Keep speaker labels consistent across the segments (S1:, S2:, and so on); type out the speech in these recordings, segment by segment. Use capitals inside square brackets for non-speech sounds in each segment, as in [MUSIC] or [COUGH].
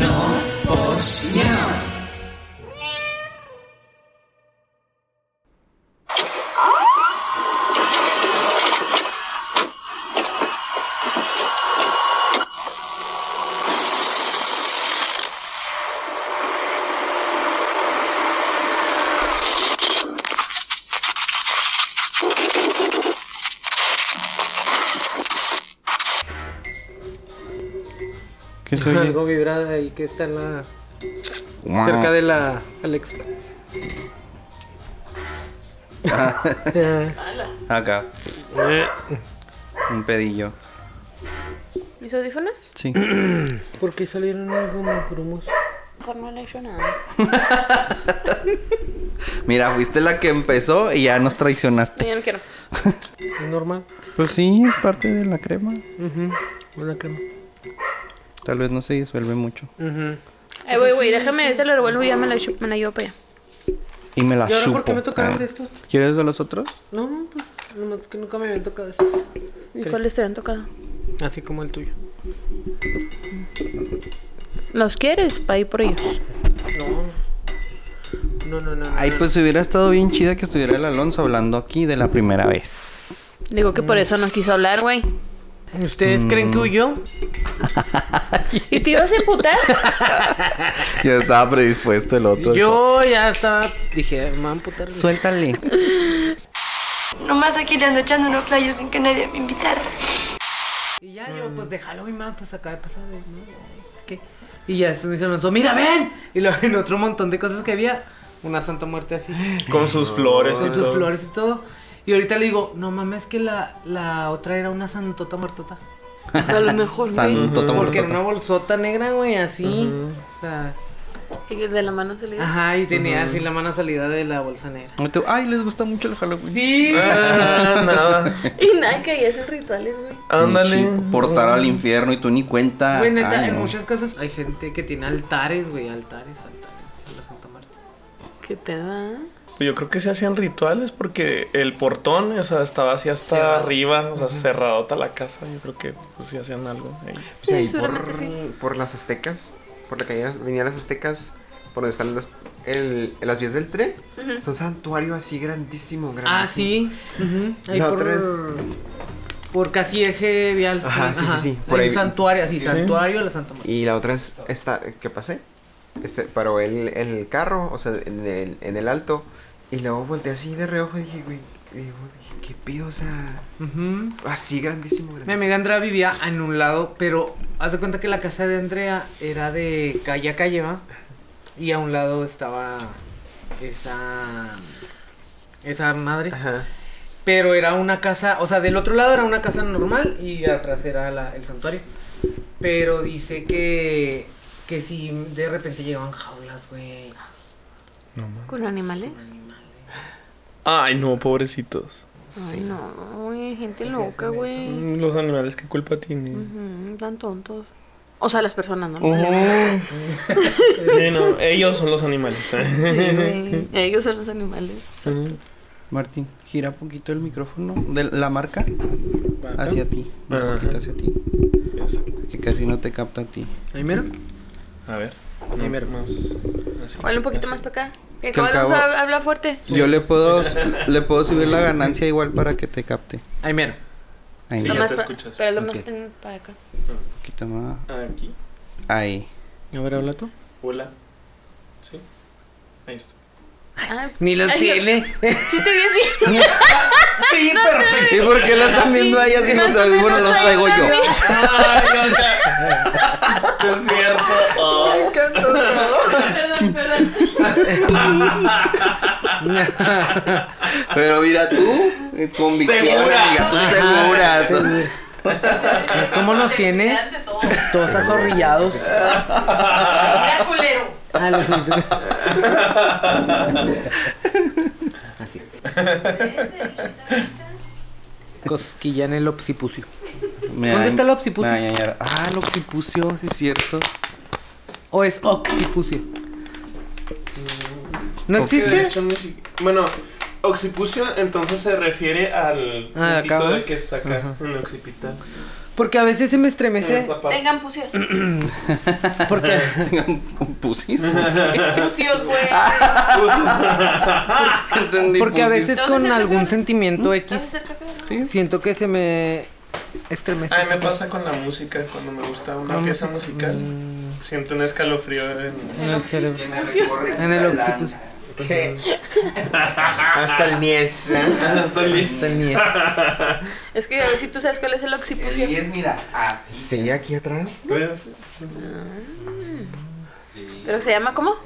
S1: No os miau.
S2: ¿Qué se oye?
S3: Algo vibrada y que está en la...
S2: Ah.
S3: cerca de la Alexa. Ah,
S2: Acá, Eh. un pedillo.
S4: ¿Mis audífonos?
S2: Sí.
S3: ¿Por qué salieron algunos grumos?
S4: Mejor no le he hecho nada.
S2: Mira, fuiste la que empezó y ya nos traicionaste.
S4: No, yo no quiero.
S3: ¿Es normal?
S2: Pues sí, es parte de la crema.
S3: Ujú, Una crema.
S2: Tal vez no se disuelve mucho.
S3: Ujú.
S4: Eh, güey, güey, déjame, ahorita lo revuelvo y ya me la, chup- me la llevo para allá.
S2: Y me la
S3: ¿Y ahora
S2: chupo.
S3: por qué me tocaron
S2: Ah.
S3: de estos?
S2: ¿Quieres de los otros?
S3: No, pues nomás que nunca me habían tocado estos.
S4: ¿Y cuáles te han tocado?
S3: Así como el tuyo.
S4: ¿Los quieres? Para ir por ellos.
S3: No, no, no. no,
S2: Ay,
S3: no.
S2: pues hubiera estado bien chida que estuviera el Alonso hablando aquí de la primera vez.
S4: Digo que
S3: Mm.
S4: por eso no quiso hablar, güey.
S2: mm,
S3: ¿Ustedes creen que huyó?
S4: ¿Y te ibas
S3: [LAUGHS]
S4: a emputar?
S2: [LAUGHS] Ya estaba predispuesto el otro.
S3: Yo ya estaba. Dije, me van a amputar. [LAUGHS]
S2: Suéltale.
S5: Nomás aquí le ando echando unos playos sin que nadie me invitara.
S3: Y ya yo, pues déjalo, y man, pues acaba de pasar. ¿no? Es que... Y ya después me dice Alonso, mira, ven. Y luego [LAUGHS] en otro montón de cosas que había, una santa muerte así.
S6: Con sus flores y
S3: Con sus
S6: todo.
S3: flores y todo. Y ahorita le digo, no mames, que la, la otra era una santota muertota.
S4: A lo mejor, güey.
S2: Santo tomar
S3: Porque era una bolsota negra, güey, así. O sea,
S4: Y que De la mano se le dio.
S3: ajá, y tenía así la mano salida de la bolsa negra.
S2: Ay, les gusta mucho el Halloween.
S3: Sí.
S6: Ah, nada.
S4: Y nada, que ya son rituales, güey.
S6: Ándale.
S2: Sí, Portar al infierno y tú ni
S7: Ah,
S2: cuenta.
S3: Güey, neta,
S2: Ay,
S3: en
S2: no.
S3: muchas casas hay gente que tiene altares, güey, altares, altares a la Santa Marta.
S4: ¿Qué pedo? ah?
S6: Pues Yo creo que se hacían rituales porque el portón, o sea, estaba así hasta
S3: Cerrado.
S6: arriba, o sea, cerradota la casa. Yo creo que pues sí hacían algo ahí.
S7: Pues
S4: Sí,
S7: ahí
S4: seguramente
S7: por,
S4: sí.
S7: por las aztecas, por la calle, venían las aztecas, por donde están las, el- las vías del tren. Es un santuario así grandísimo, grandísimo.
S3: Ah, sí. ujú, Ahí
S7: La
S3: por,
S7: otra es-
S3: por casi eje vial.
S7: Ajá, sí, sí, sí, por
S3: Por
S7: ahí
S3: un
S7: vi-
S3: santuario, así, santuario a la Santa Marta.
S7: Y la otra es esta, ¿qué pasé? Este, paró el, el carro, o sea, en el, en el alto, y luego volteé así de reojo y dije, güey, y digo, dije, ¿qué pido? O sea,
S3: Ujú.
S7: así grandísimo, grandísimo.
S3: Mi amiga Andrea vivía en un lado, pero haz de cuenta que la casa de Andrea era de calle a calle, ¿va? Y a un lado estaba esa. esa madre.
S7: Ajá.
S3: Pero era una casa, o sea, del otro lado era una casa normal y atrás era la- el santuario. Pero dice que. que si de repente llegaban jaulas, güey.
S4: ¿Con animales?
S6: Ay, no, pobrecitos.
S4: Ay, no, güey, gente
S3: Sí, sí,
S4: loca,
S3: hacen eso.
S4: güey.
S6: Mm, Los animales, ¿qué culpa tienen?
S4: Ujú, Tan tontos. O sea, las personas, ¿no?
S2: Oh.
S6: Sí, no, ellos son los animales. ¿eh?
S4: Güey, Ellos son los animales.
S2: Martín, gira poquito el micrófono de la marca hacia ti. Un
S6: Ajá.
S2: poquito hacia ti. Que casi no te capta a ti.
S3: Ahí mero.
S6: A ver. No, más. así,
S4: Huele un poquito
S6: así.
S4: más para acá. Que
S2: Que al
S4: acabo de
S2: cabo-
S4: hablar- hablar fuerte.
S2: Yo le puedo le puedo subir la ganancia igual para que te capte.
S3: Ahí mero.
S2: Ahí,
S6: Sí,
S2: un
S6: ya
S4: Nomás
S6: te
S4: pa-
S6: escuchas.
S4: Pero lo más
S2: Ok.
S4: ten- para acá.
S2: poquito más.
S6: Aquí.
S2: Ahí.
S3: A ver, habla tú.
S6: Hola. ¿Sí? Ahí está.
S4: Ay,
S3: Ni la
S4: ay, yo-
S3: tiene.
S4: Sí Ah, te vi [LAUGHS] así.
S2: Sí, perfecto. ¿Y por qué la están viendo a ella si no sabes? Bueno, los traigo yo.
S6: es cierto.
S4: Perdón, perdón.
S2: Pero mira tú, eh, convicción.
S6: Segura.
S2: amiga, tú Segura.
S3: ¿Cómo
S4: Ah,
S3: nos
S4: [LAUGHS]
S3: tiene? Todos azorrillados.
S4: Mira, culero.
S3: Ah, los subiste. Cosquilla en el occipucio. ¿Dónde está el occipucio?
S2: Ah, ya, ya. Ah, el occipucio, sí es cierto.
S3: O es occipucio. ¿No
S7: Ok.
S6: Que de
S3: existe?
S6: hecho ni si- Bueno, occipucio entonces se refiere al
S3: Ah, de acá,
S6: puntito
S3: ¿verdad?
S6: del que está acá, en el occipital.
S3: Porque a veces se me
S6: [LAUGHS]
S3: estremece.
S6: Esta parte.
S4: Tengan pucios.
S3: Porque
S2: Pusis.
S6: [LAUGHS]
S4: Pucios, güey.
S2: Entendí,
S3: Porque a
S2: pusis.
S3: veces
S4: Entonces,
S3: con
S4: ¿el
S3: algún
S4: café?
S3: sentimiento
S4: ¿Estás
S3: X
S4: cerca, creo?
S3: siento que se me estremece.
S6: Ay, me
S3: siempre.
S6: pasa con la música, cuando me gusta una
S3: Con-
S6: pieza musical,
S3: Mm,
S6: siento un escalofrío en...
S3: en el cerebro.
S7: Que me recorre
S3: En el
S7: hasta la-
S3: occipucio.
S7: ¿Qué? [LAUGHS] Hasta el 10.
S6: [LAUGHS] Hasta el
S3: Hasta el miedo.
S4: Es que a ver si tú sabes cuál es el occipucio.
S7: mira, así. Sí, aquí atrás.
S6: Pues,
S4: Pero se llama ¿cómo?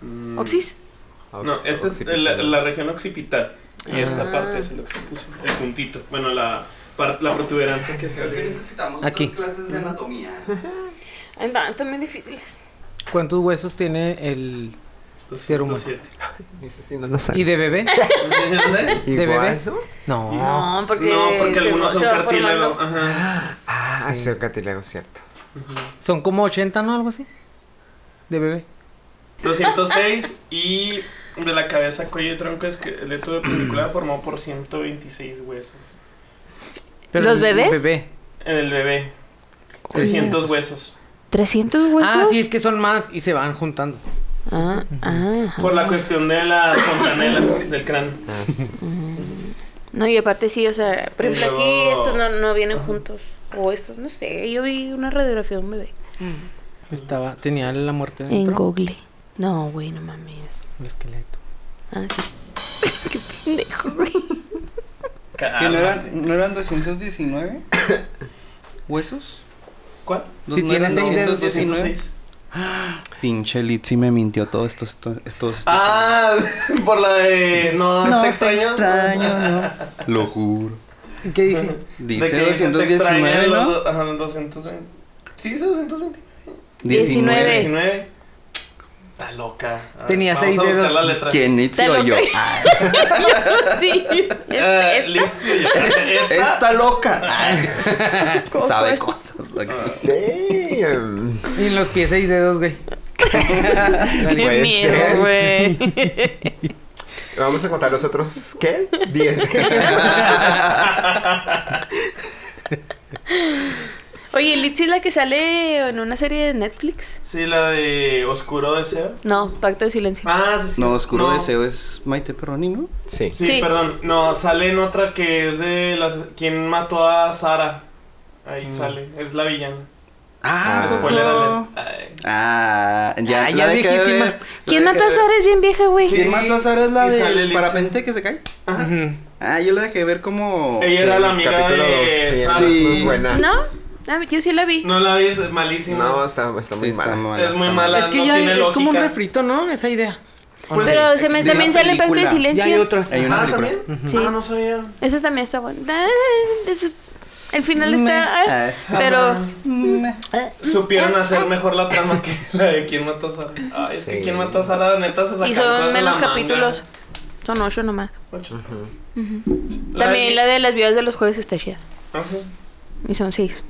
S6: Mm.
S4: Oxis.
S6: No, esta es
S7: Occipital.
S6: la, la región occipital. Y esta
S4: Ah.
S6: parte es el occipucio, el puntito. Bueno, la, par- la protuberancia que se abre.
S7: necesitamos
S3: Aquí.
S7: clases de anatomía.
S4: Ay, no, están bien difíciles.
S3: ¿Cuántos huesos tiene el Ser humano.
S6: 207.
S7: Eso sí no lo
S3: y
S7: sabía.
S3: de bebé?
S6: [LAUGHS]
S3: ¿De
S7: Igual.
S3: bebés? No.
S4: No, porque,
S6: No, porque
S4: se-
S6: algunos
S4: se
S6: son
S4: va formando.
S6: cartílagos. Ajá.
S7: Ah,
S3: Sí.
S7: sí. cartílago, cierto.
S3: Son como 80, ¿no? Algo así. De bebé.
S6: 206 y de la cabeza, cuello y tronco esqueleto de película formado por 126 huesos.
S4: ¿Los
S3: el
S4: bebés?
S3: Bebé.
S6: En el bebé, 300 huesos.
S4: 300 huesos.
S3: Ah, sí, es que son más y se van juntando.
S4: Ah, ah.
S6: Por la cuestión de las fontanelas del cráneo.
S7: [LAUGHS] Ah, sí.
S4: Mm. No, y aparte sí, o sea, por ejemplo
S6: Pero-
S4: aquí estos no, no vienen juntos. O estos, no sé. Yo vi una radiografía de un bebé.
S3: Estaba, tenía la muerte
S4: En
S3: dentro.
S4: Google. No, güey, no mames.
S3: El esqueleto.
S4: Ah, sí. [LAUGHS] Qué pendejo, güey.
S6: Ah,
S2: ¿Que no eran, no eran 219 huesos?
S6: ¿Cuál?
S2: ¿No
S3: Si
S2: no
S3: tiene
S2: eran
S3: seis dedos,
S2: 219?
S6: 206.
S2: Pinche Litsi me mintió todo esto. esto, esto, esto
S6: Ah, [LAUGHS] por la de. No, te extraño.
S2: no. [LAUGHS] Lo juro.
S3: ¿Y qué dice?
S2: Dice
S6: de que dicen, te extraño,
S2: 219,
S6: los
S2: ¿no?
S6: do- Ajá, 220. Sí, dice 220.
S4: 19.
S6: 19. Está loca. A ver,
S3: Tenía
S6: vamos
S3: seis
S6: a buscar
S3: dedos.
S6: la letra.
S2: ¿Quién Litsi
S4: Está
S2: o yo? Ah,
S4: loca. Sí.
S6: Ah,
S4: Este, este.
S6: [LAUGHS] Lipsio, esta.
S2: ¡Está
S3: [LAUGHS]
S2: loca! Ay, Sabe cosas.
S7: Sí. em,
S3: Y en los pies seis dedos, güey.
S4: Qué
S7: puede ser.
S4: miedo, güey.
S7: Vamos a contar los otros, ¿qué? [LAUGHS] 10.
S4: [LAUGHS] Oye, Litzy es la que sale en una serie de Netflix.
S6: Sí, la de Oscuro Deseo.
S4: No, Pacto de Silencio.
S6: Ah, sí, sí.
S2: No, Oscuro Deseo es Maite Perroni, ¿no?
S7: sí.
S6: Sí,
S4: Sí.
S6: perdón. No, sale en otra que es de las... quien mató a Sara. Ahí sale. Es la villana.
S2: Mm. Ah,
S7: Ah,
S2: ¿a
S6: Spoiler
S2: poco?
S6: alert. Ay.
S2: Ah, ya, la
S3: Ah, ya
S2: dejé de
S3: viejísima.
S2: ver.
S4: ¿Quién
S2: La
S4: mató a
S2: dejé de
S4: Sara?
S2: ver.
S4: Es bien vieja, güey.
S6: Sí.
S2: ¿Quién mató a Sara? Es la
S6: Y sale
S2: del
S6: Litsi.
S2: parapente que se cae.
S3: Ujú.
S2: Ah, yo la dejé de ver como.
S6: Ella
S7: Sí,
S6: era la
S7: el
S6: amiga
S7: capítulo
S6: de
S7: dos, sí,
S6: Sara.
S7: esa es muy
S6: Sí.
S7: buena.
S4: ¿No? Ah, yo sí la vi.
S6: No la vi, es malísima.
S7: No, está, está muy
S2: Sí, está
S7: mala.
S2: mala,
S6: Es muy
S2: está
S6: mala.
S3: Es que
S6: no
S3: ya
S6: tiene
S3: es como un
S6: lógica.
S3: refrito, ¿no? Esa idea.
S6: Pues
S4: Pero
S6: sí.
S4: se me,
S2: de la
S4: también sale el Pacto de
S2: película.
S4: Silencio.
S3: Ya hay otras.
S2: Hay una
S6: Ah,
S2: película.
S6: ¿también?
S4: Sí.
S6: Ah, no sabía.
S4: Esa también está buena. Ah, es- El final está. ah, pero.
S6: Supieron
S4: Ah,
S6: hacer mejor la trama
S4: [LAUGHS]
S6: que la de quién mató a Sara. Ay, es que
S7: Sí.
S6: quién mató a Sara, neta, se sacaron
S4: Y
S6: cosas
S4: son
S6: de la
S4: menos
S6: manga.
S4: capítulos. Son ocho nomás.
S6: Ocho.
S4: También la de las vidas de los jueves está chida.
S6: Ah, sí.
S4: Y son seis.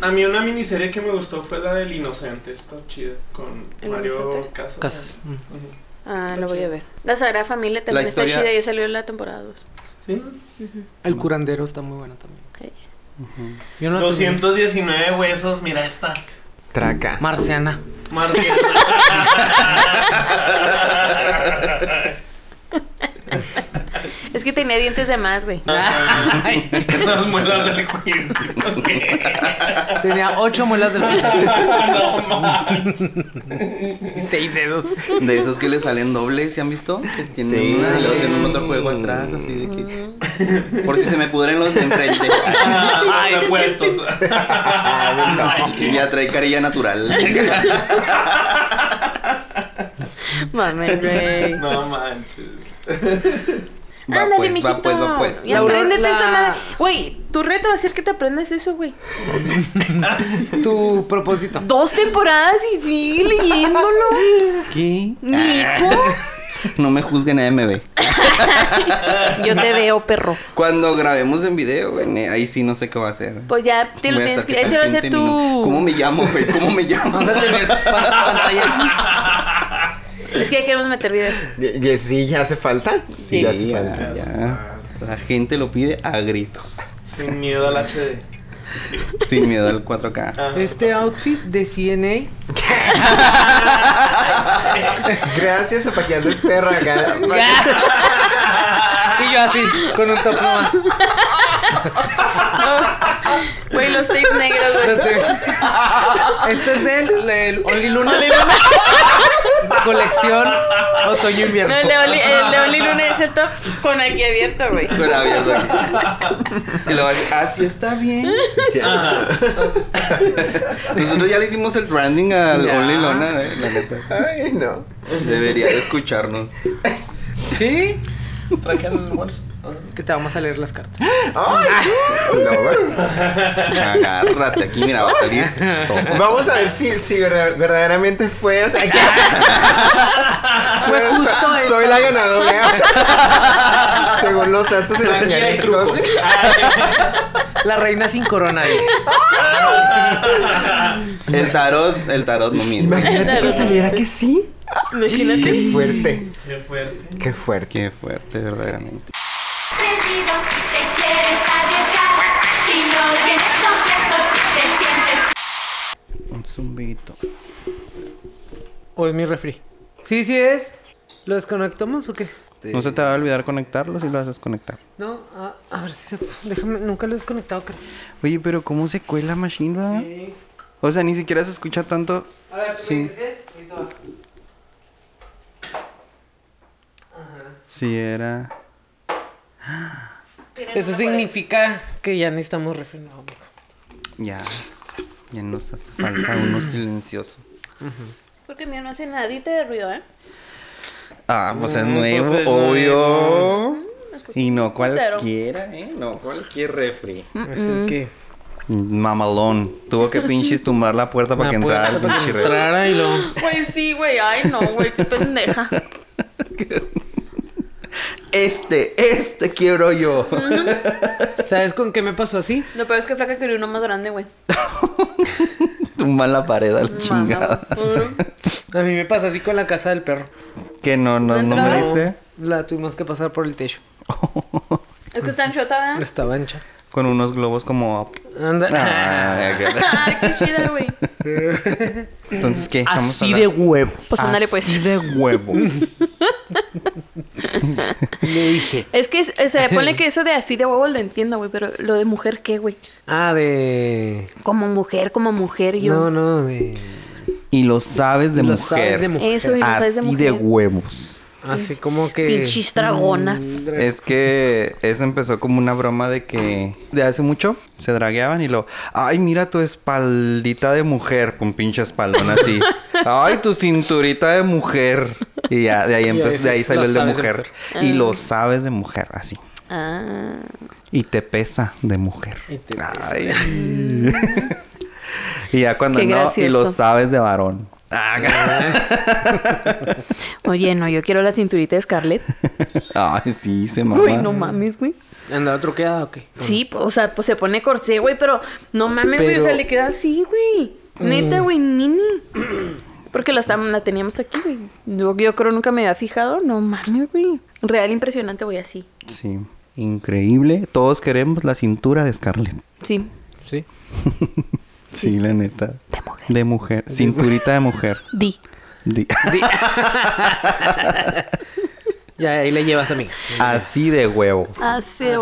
S6: A mí una miniserie que me gustó fue la del Inocente, está chida, con
S4: ¿El
S6: Mario
S4: Inocente?
S6: Casas.
S3: Casas. Mm.
S6: Ujú.
S4: Ah,
S6: Está
S4: la voy
S6: chida.
S4: a ver. La Sagrada Familia también
S2: La
S4: está
S2: historia-
S4: chida. Ya salió la temporada dos.
S6: Sí, ¿no?
S3: El curandero está muy bueno también.
S4: Ok.
S3: Yo no la terminé.
S6: 219 huesos, mira esta. [LAUGHS]
S7: Traca.
S3: Marciana.
S6: Marciana.
S4: Es que tenía dientes de más, güey.
S2: Ah.
S3: [LAUGHS]
S6: Ay, [LAUGHS] Las muelas del juicio.
S3: Tenía ocho muelas del
S6: [LAUGHS] no manches.
S3: Seis dedos.
S2: De esos que le salen dobles, ¿se han visto? Que tienen
S7: Sí.
S2: una y luego
S7: Sí.
S2: tienen otro juego atrás, así de que. [LAUGHS] Por si se me pudren los de [LAUGHS] enfrente. Ay,
S6: Ay, puestos.
S2: y ya trae carilla
S4: [LAUGHS]
S2: natural.
S4: [LAUGHS] Mames,
S2: [LAUGHS]
S4: güey.
S6: No manches.
S2: Va
S4: Ándale,
S2: pues,
S4: mijito.
S2: va pues, va pues.
S4: Y
S3: La-
S4: apréndete
S3: la-
S4: esa madre. Güey, tu reto va a ser que te aprendas eso, güey.
S3: Tu propósito.
S4: Dos temporadas y sigue
S2: [LAUGHS]
S4: leyéndolo.
S2: ¿Qué? Ah.
S4: Nico.
S2: [LAUGHS] No me juzguen a MB.
S4: Yo te veo, perro.
S2: Cuando grabemos en video, güey, ahí sí no sé qué va a hacer.
S4: Pues ya te lo
S2: Voy a
S4: tienes
S2: estar que
S4: que. Ese va a
S2: tal
S4: ser
S2: 20
S4: tu. [LAUGHS]
S2: minutos. ¿Cómo me llamo, güey? ¿Cómo me llamo?
S3: Vamos a tener pa- pantallas.
S4: Es que ya queremos meter videos.
S7: [LAUGHS] Y- y- Sí, ya hace falta.
S4: Sí.
S7: ya hace falta.
S2: ya, ya. La gente lo pide a gritos.
S6: Sin miedo al Ah, HD.
S2: Sin miedo al
S4: [LAUGHS]
S2: 4K.
S6: Ajá.
S3: Este outfit de CNA.
S7: Gracias a pa' que andes perra acá.
S6: [LAUGHS]
S7: [LAUGHS]
S3: Y yo así, con un top nomás.
S4: No. [LAUGHS] Güey, los tapes negros, güey.
S3: Este es el, el Only Luna. Colección otoño-invierno.
S4: No, el de Oli- el de Oli Luna es el top con aquí abierto,
S2: [LAUGHS]
S4: güey.
S2: Con la mierda. Y luego, así está bien.
S4: Ah.
S7: Ya.
S2: Nosotros ya le hicimos el branding al
S3: Ya.
S2: Only Lona, eh, la neta.
S7: Ay, no.
S2: Debería de escucharnos.
S3: ¿Sí?
S6: Nos traje al almuerzo.
S3: Que te vamos a leer las cartas.
S7: [LAUGHS] Ay, no, bueno.
S2: Agárrate aquí, mira, va a
S4: [LAUGHS]
S2: salir. todo.
S7: Vamos a ver si, si verda- verdaderamente fue así. Soy,
S3: [LAUGHS] Fue justo
S7: soy-
S3: esto.
S7: soy la ganadora. Según los astros y las
S6: Magia y
S7: señales.
S6: truco.
S3: La reina sin corona. güey.
S2: El tarot, el tarot no miente.
S7: Imagínate que saliera que sí.
S4: Imagínate.
S7: Qué fuerte.
S6: Qué fuerte.
S7: Qué fuerte.
S2: Qué fuerte, verdaderamente.
S8: Perdido, te quieres arriesgar. Si no tienes complejos, te sientes
S2: Un zumbito.
S3: O es mi refri. Sí, sí es. ¿Lo desconectamos o qué?
S2: No se te va a olvidar conectarlo si lo haces conectar.
S3: No, a, a ver si se. Déjame, nunca lo he desconectado, creo.
S2: Oye, pero ¿cómo se cuela Machine, verdad? O sea, ni siquiera se escucha tanto.
S3: A ver,
S2: Sí. Si era.
S3: Eso significa que ya necesitamos refri. No, mijo.
S2: Ya. Ya nos hace falta [CLEARS THROAT] uno silencioso.
S4: Porque mío no hace nadita de ruido, ¿eh?
S2: Ah, pues es
S6: Mm,
S2: nuevo,
S6: pues es
S2: obvio. Y no
S4: Claro.
S2: cualquiera, ¿eh? No cualquier refri.
S3: Es el que.
S2: Mamalón. Tuvo que pinches tumbar la puerta para que entrara el
S3: para que
S2: pinche refri.
S3: entrara y lo.
S4: Güey, sí, güey. Ay, no, güey, qué pendeja.
S2: Este, este quiero yo.
S3: ¿Sabes con qué me pasó así?
S4: Lo peor es que Flaca quería uno más grande, güey.
S2: [LAUGHS] Tumba la pared al chingada.
S4: Mamá, güey.
S3: A mí me pasa así con la casa del perro.
S2: Que no, no, no me
S4: entraba?
S2: diste.
S3: La tuvimos que pasar por el techo.
S4: Es que está anchota, [LAUGHS] ¿verdad?
S3: Estaba ancha.
S2: [LAUGHS] Con unos globos como.
S3: [LAUGHS] Anda. [LAUGHS]
S2: Ah, ya
S4: Ay, qué chida, güey.
S2: que- Entonces, ¿qué? Estamos
S3: Así de
S2: hablando-
S3: huevo.
S4: Pues
S2: Ah,
S4: ándale, pues.
S2: Así de huevo.
S3: Le dije.
S4: Es que, o sea, ponle que eso de así de huevo lo entiendo, güey, pero lo de mujer, ¿qué, güey?
S3: Ah, de.
S4: Como mujer, como mujer, yo.
S3: No, no, de.
S2: Y lo sabes de
S3: Lo
S2: mujer.
S3: sabes de mujer.
S4: Eso, y lo sabes de
S2: Así
S4: mujer.
S2: de huevos.
S3: Así como que.
S4: Pinches dragonas.
S2: Es que eso empezó como una broma de que de hace mucho se dragueaban y lo, ay, mira tu espaldita de mujer, con pinche espaldón
S4: [LAUGHS]
S2: así. ay, tu cinturita de mujer. Y ya, de ahí empezó, de ahí salió
S3: Lo
S2: el de
S3: sabes de
S2: mujer. Y lo sabes de mujer, así.
S4: Ah.
S2: Y te pesa de mujer.
S3: Y te
S2: Ay. [LAUGHS] y ya cuando
S4: Qué
S2: no, y lo
S4: gracioso.
S2: sabes de varón. Ah,
S3: [LAUGHS]
S4: Oye, no, yo quiero la cinturita de Scarlett.
S2: [LAUGHS] Ay, sí, se mamá.
S4: Uy, no mames, güey.
S3: ¿Andaba truqueada o qué?
S4: Sí, o sea, pues se pone corsé, güey, pero no mames, güey, o sea,
S2: Pero- Mm.
S4: le queda así, güey. Neta, güey, mini. Porque la, estam- la teníamos aquí, güey. Yo, yo creo nunca me había fijado, no mames, güey. Real impresionante, güey, así.
S2: Sí. Increíble. Todos queremos la cintura de Scarlett.
S4: Sí,
S3: Sí.
S2: Sí, la neta.
S4: de mujer.
S2: De mujer. Cinturita de mujer.
S4: Di.
S2: Di-
S3: Ya ahí le llevas a mí.
S2: [LAUGHS] Así de huevos.
S4: Así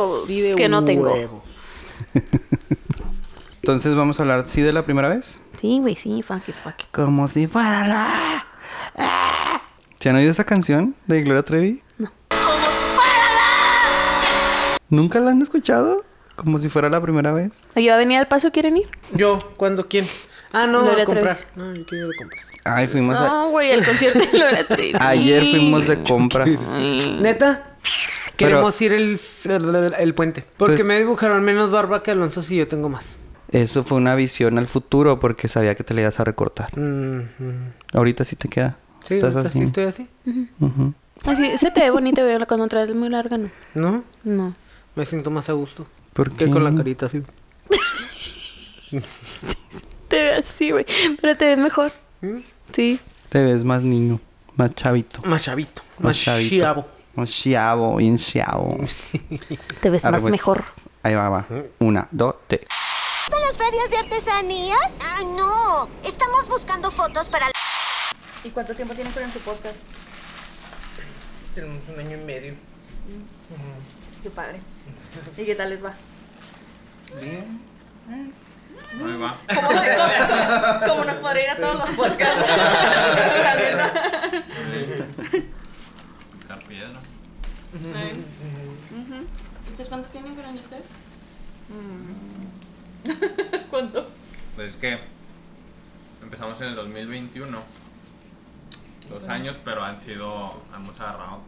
S4: que no tengo.
S2: Entonces vamos a hablar, ¿sí de la primera vez?
S4: Sí, güey, sí, fuck it, fuck it.
S2: Como si fuera la... ¿Se han oído esa canción de Gloria Trevi? No. ¿Nunca la han escuchado? Como si fuera la primera vez.
S4: Oye, ¿va a venir al paso? ¿Quieren ir?
S3: Yo, ¿cuándo quién? Ah, no,
S4: Gloria
S3: a comprar. No, yo quiero ir a comprar.
S2: Ay, fuimos a...
S4: No, güey, el concierto de Gloria Trevi.
S2: Ayer fuimos de compras.
S3: Neta, queremos ir el, el, el puente. Porque
S2: Pues-
S3: me dibujaron menos barba que Alonso si yo tengo más.
S2: Eso fue una visión al futuro porque sabía que te le ibas a recortar.
S3: Mhm.
S2: Ahorita sí te queda.
S3: Sí,
S2: Estás
S3: ahorita sí
S2: así.
S3: estoy así.
S2: Ujú.
S4: Así, se te ve bonito, güey, cuando traes muy larga, ¿no?
S3: ¿No?
S4: No.
S3: Me siento más a gusto.
S2: ¿Por
S3: Que
S2: qué?
S3: con la carita así.
S4: Te ve así, güey, pero te ves mejor. Sí.
S2: ¿Mm? Te ves más niño. Más chavito.
S3: Más chavito.
S2: Más
S3: Más
S2: chavito.
S3: chiavo.
S2: Un chiavo, un
S4: [LAUGHS]
S2: chiavo.
S4: Te ves
S2: Arre,
S4: más
S2: pues.
S4: mejor.
S2: Ahí va, va. Una, dos, tres.
S9: las ferias de artesanías? Ah, no. Estamos buscando fotos para la...
S4: ¿Y cuánto tiempo tienes con tu podcast?
S3: Tenemos un año y medio.
S4: Qué padre. ¿Y qué tal les va? Bien. ¿Cómo, cómo- cómo nos podría ir a todos los podcasts? [LAUGHS] La neta. Eh. Ujú. ¿Ustedes cuánto tienen con años ustedes? Mm. [LAUGHS] ¿Cuánto?
S10: Pues es que empezamos en el 2021. Dos años, pero han sido. Hemos agarrado.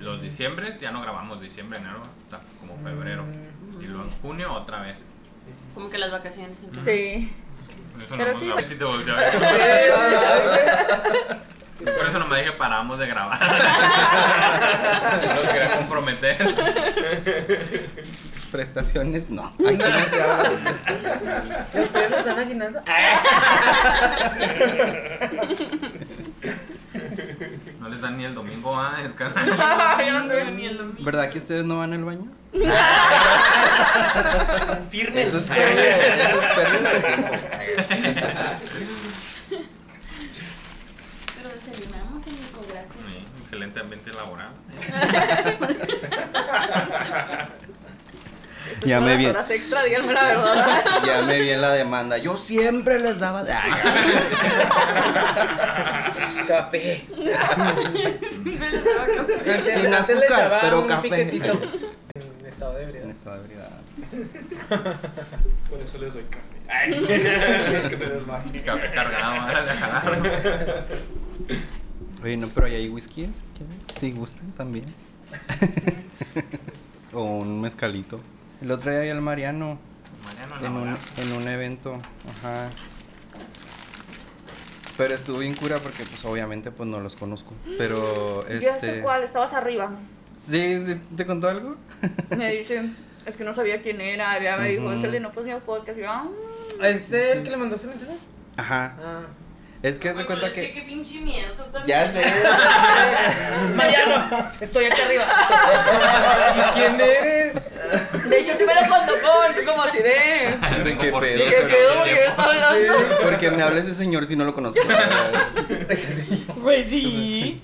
S10: Los diciembres, ya no grabamos diciembre, enero, hasta como
S4: Mm.
S10: febrero. Y luego en junio otra vez.
S4: Como que las vacaciones. Sí.
S10: Por eso
S4: Pero
S10: no
S4: sí,
S10: hemos grabado.
S4: pues-
S10: Sí te volteé a ver. Por eso nomás dije paramos de grabar. No quería comprometer.
S2: Prestaciones, no. Aquí no se habla de prestaciones.
S3: ¿Ustedes lo están aguinando?
S10: No les dan ni el domingo a ah, descansar.
S4: [LAUGHS] Yo no tengo ni el domingo.
S2: ¿Verdad que ustedes no van al
S3: [LAUGHS]
S2: baño?
S6: Firme.
S2: Eso es pérdida eso es pérdida de tiempo.
S4: Pero desayunamos en Nico, gracias.
S10: [LAUGHS] Sí, Excelente ambiente laboral.
S2: Ya me
S4: Todas
S2: vi,
S4: Horas extra, díganme la [LAUGHS] verdad.
S2: ya me vi en la demanda. Yo siempre les daba.
S3: [LAUGHS]
S2: Ay,
S3: Café.
S4: Siempre les daba café.
S3: Antes-
S2: Sin
S3: antes le
S2: azúcar,
S3: echaba
S2: pero
S3: un
S2: café.
S3: piquetito. En estado de ebriedad.
S2: en estado de ebriedad.
S6: Por eso les doy café. Ay, [LAUGHS] que se les baje.
S10: Y café cargado, ahora le jalaron.
S2: Oye, no, pero ahí hay whiskies. Si gustan también. [LAUGHS] o un mezcalito. El otro día vi al Mariano
S10: Mariano
S2: en un,
S10: laboral.
S2: en un evento. Ajá. Pero estuvo bien cura porque pues obviamente pues no los conozco. Pero
S4: Yo sé
S2: este.
S4: cuál, estabas arriba.
S2: ¿Sí, sí, te contó algo?
S4: Me dice, es que no sabía quién era. Ya me dijo,
S2: Ujú.
S4: es el de No Pues Mío Podcast. Y yo, ah,
S3: ¿Es el que le mandaste mensaje?
S2: Ajá.
S3: Ah.
S2: Es que haz de cuenta que.
S4: Qué pinche miedo.
S2: Ya sé. ya
S3: Mariano, estoy aquí arriba. ¿Y quién eres?
S4: De hecho, sí me lo contó con, como así de.
S2: sé. [LAUGHS] De qué
S10: Por
S2: pedo.
S10: ti,
S4: ¿Qué
S10: pero
S4: pedo?
S10: qué
S4: Porque yo estaba hablando.
S2: Porque me hables de señor si no lo
S10: [LAUGHS]
S2: conozco.
S4: Güey, sí.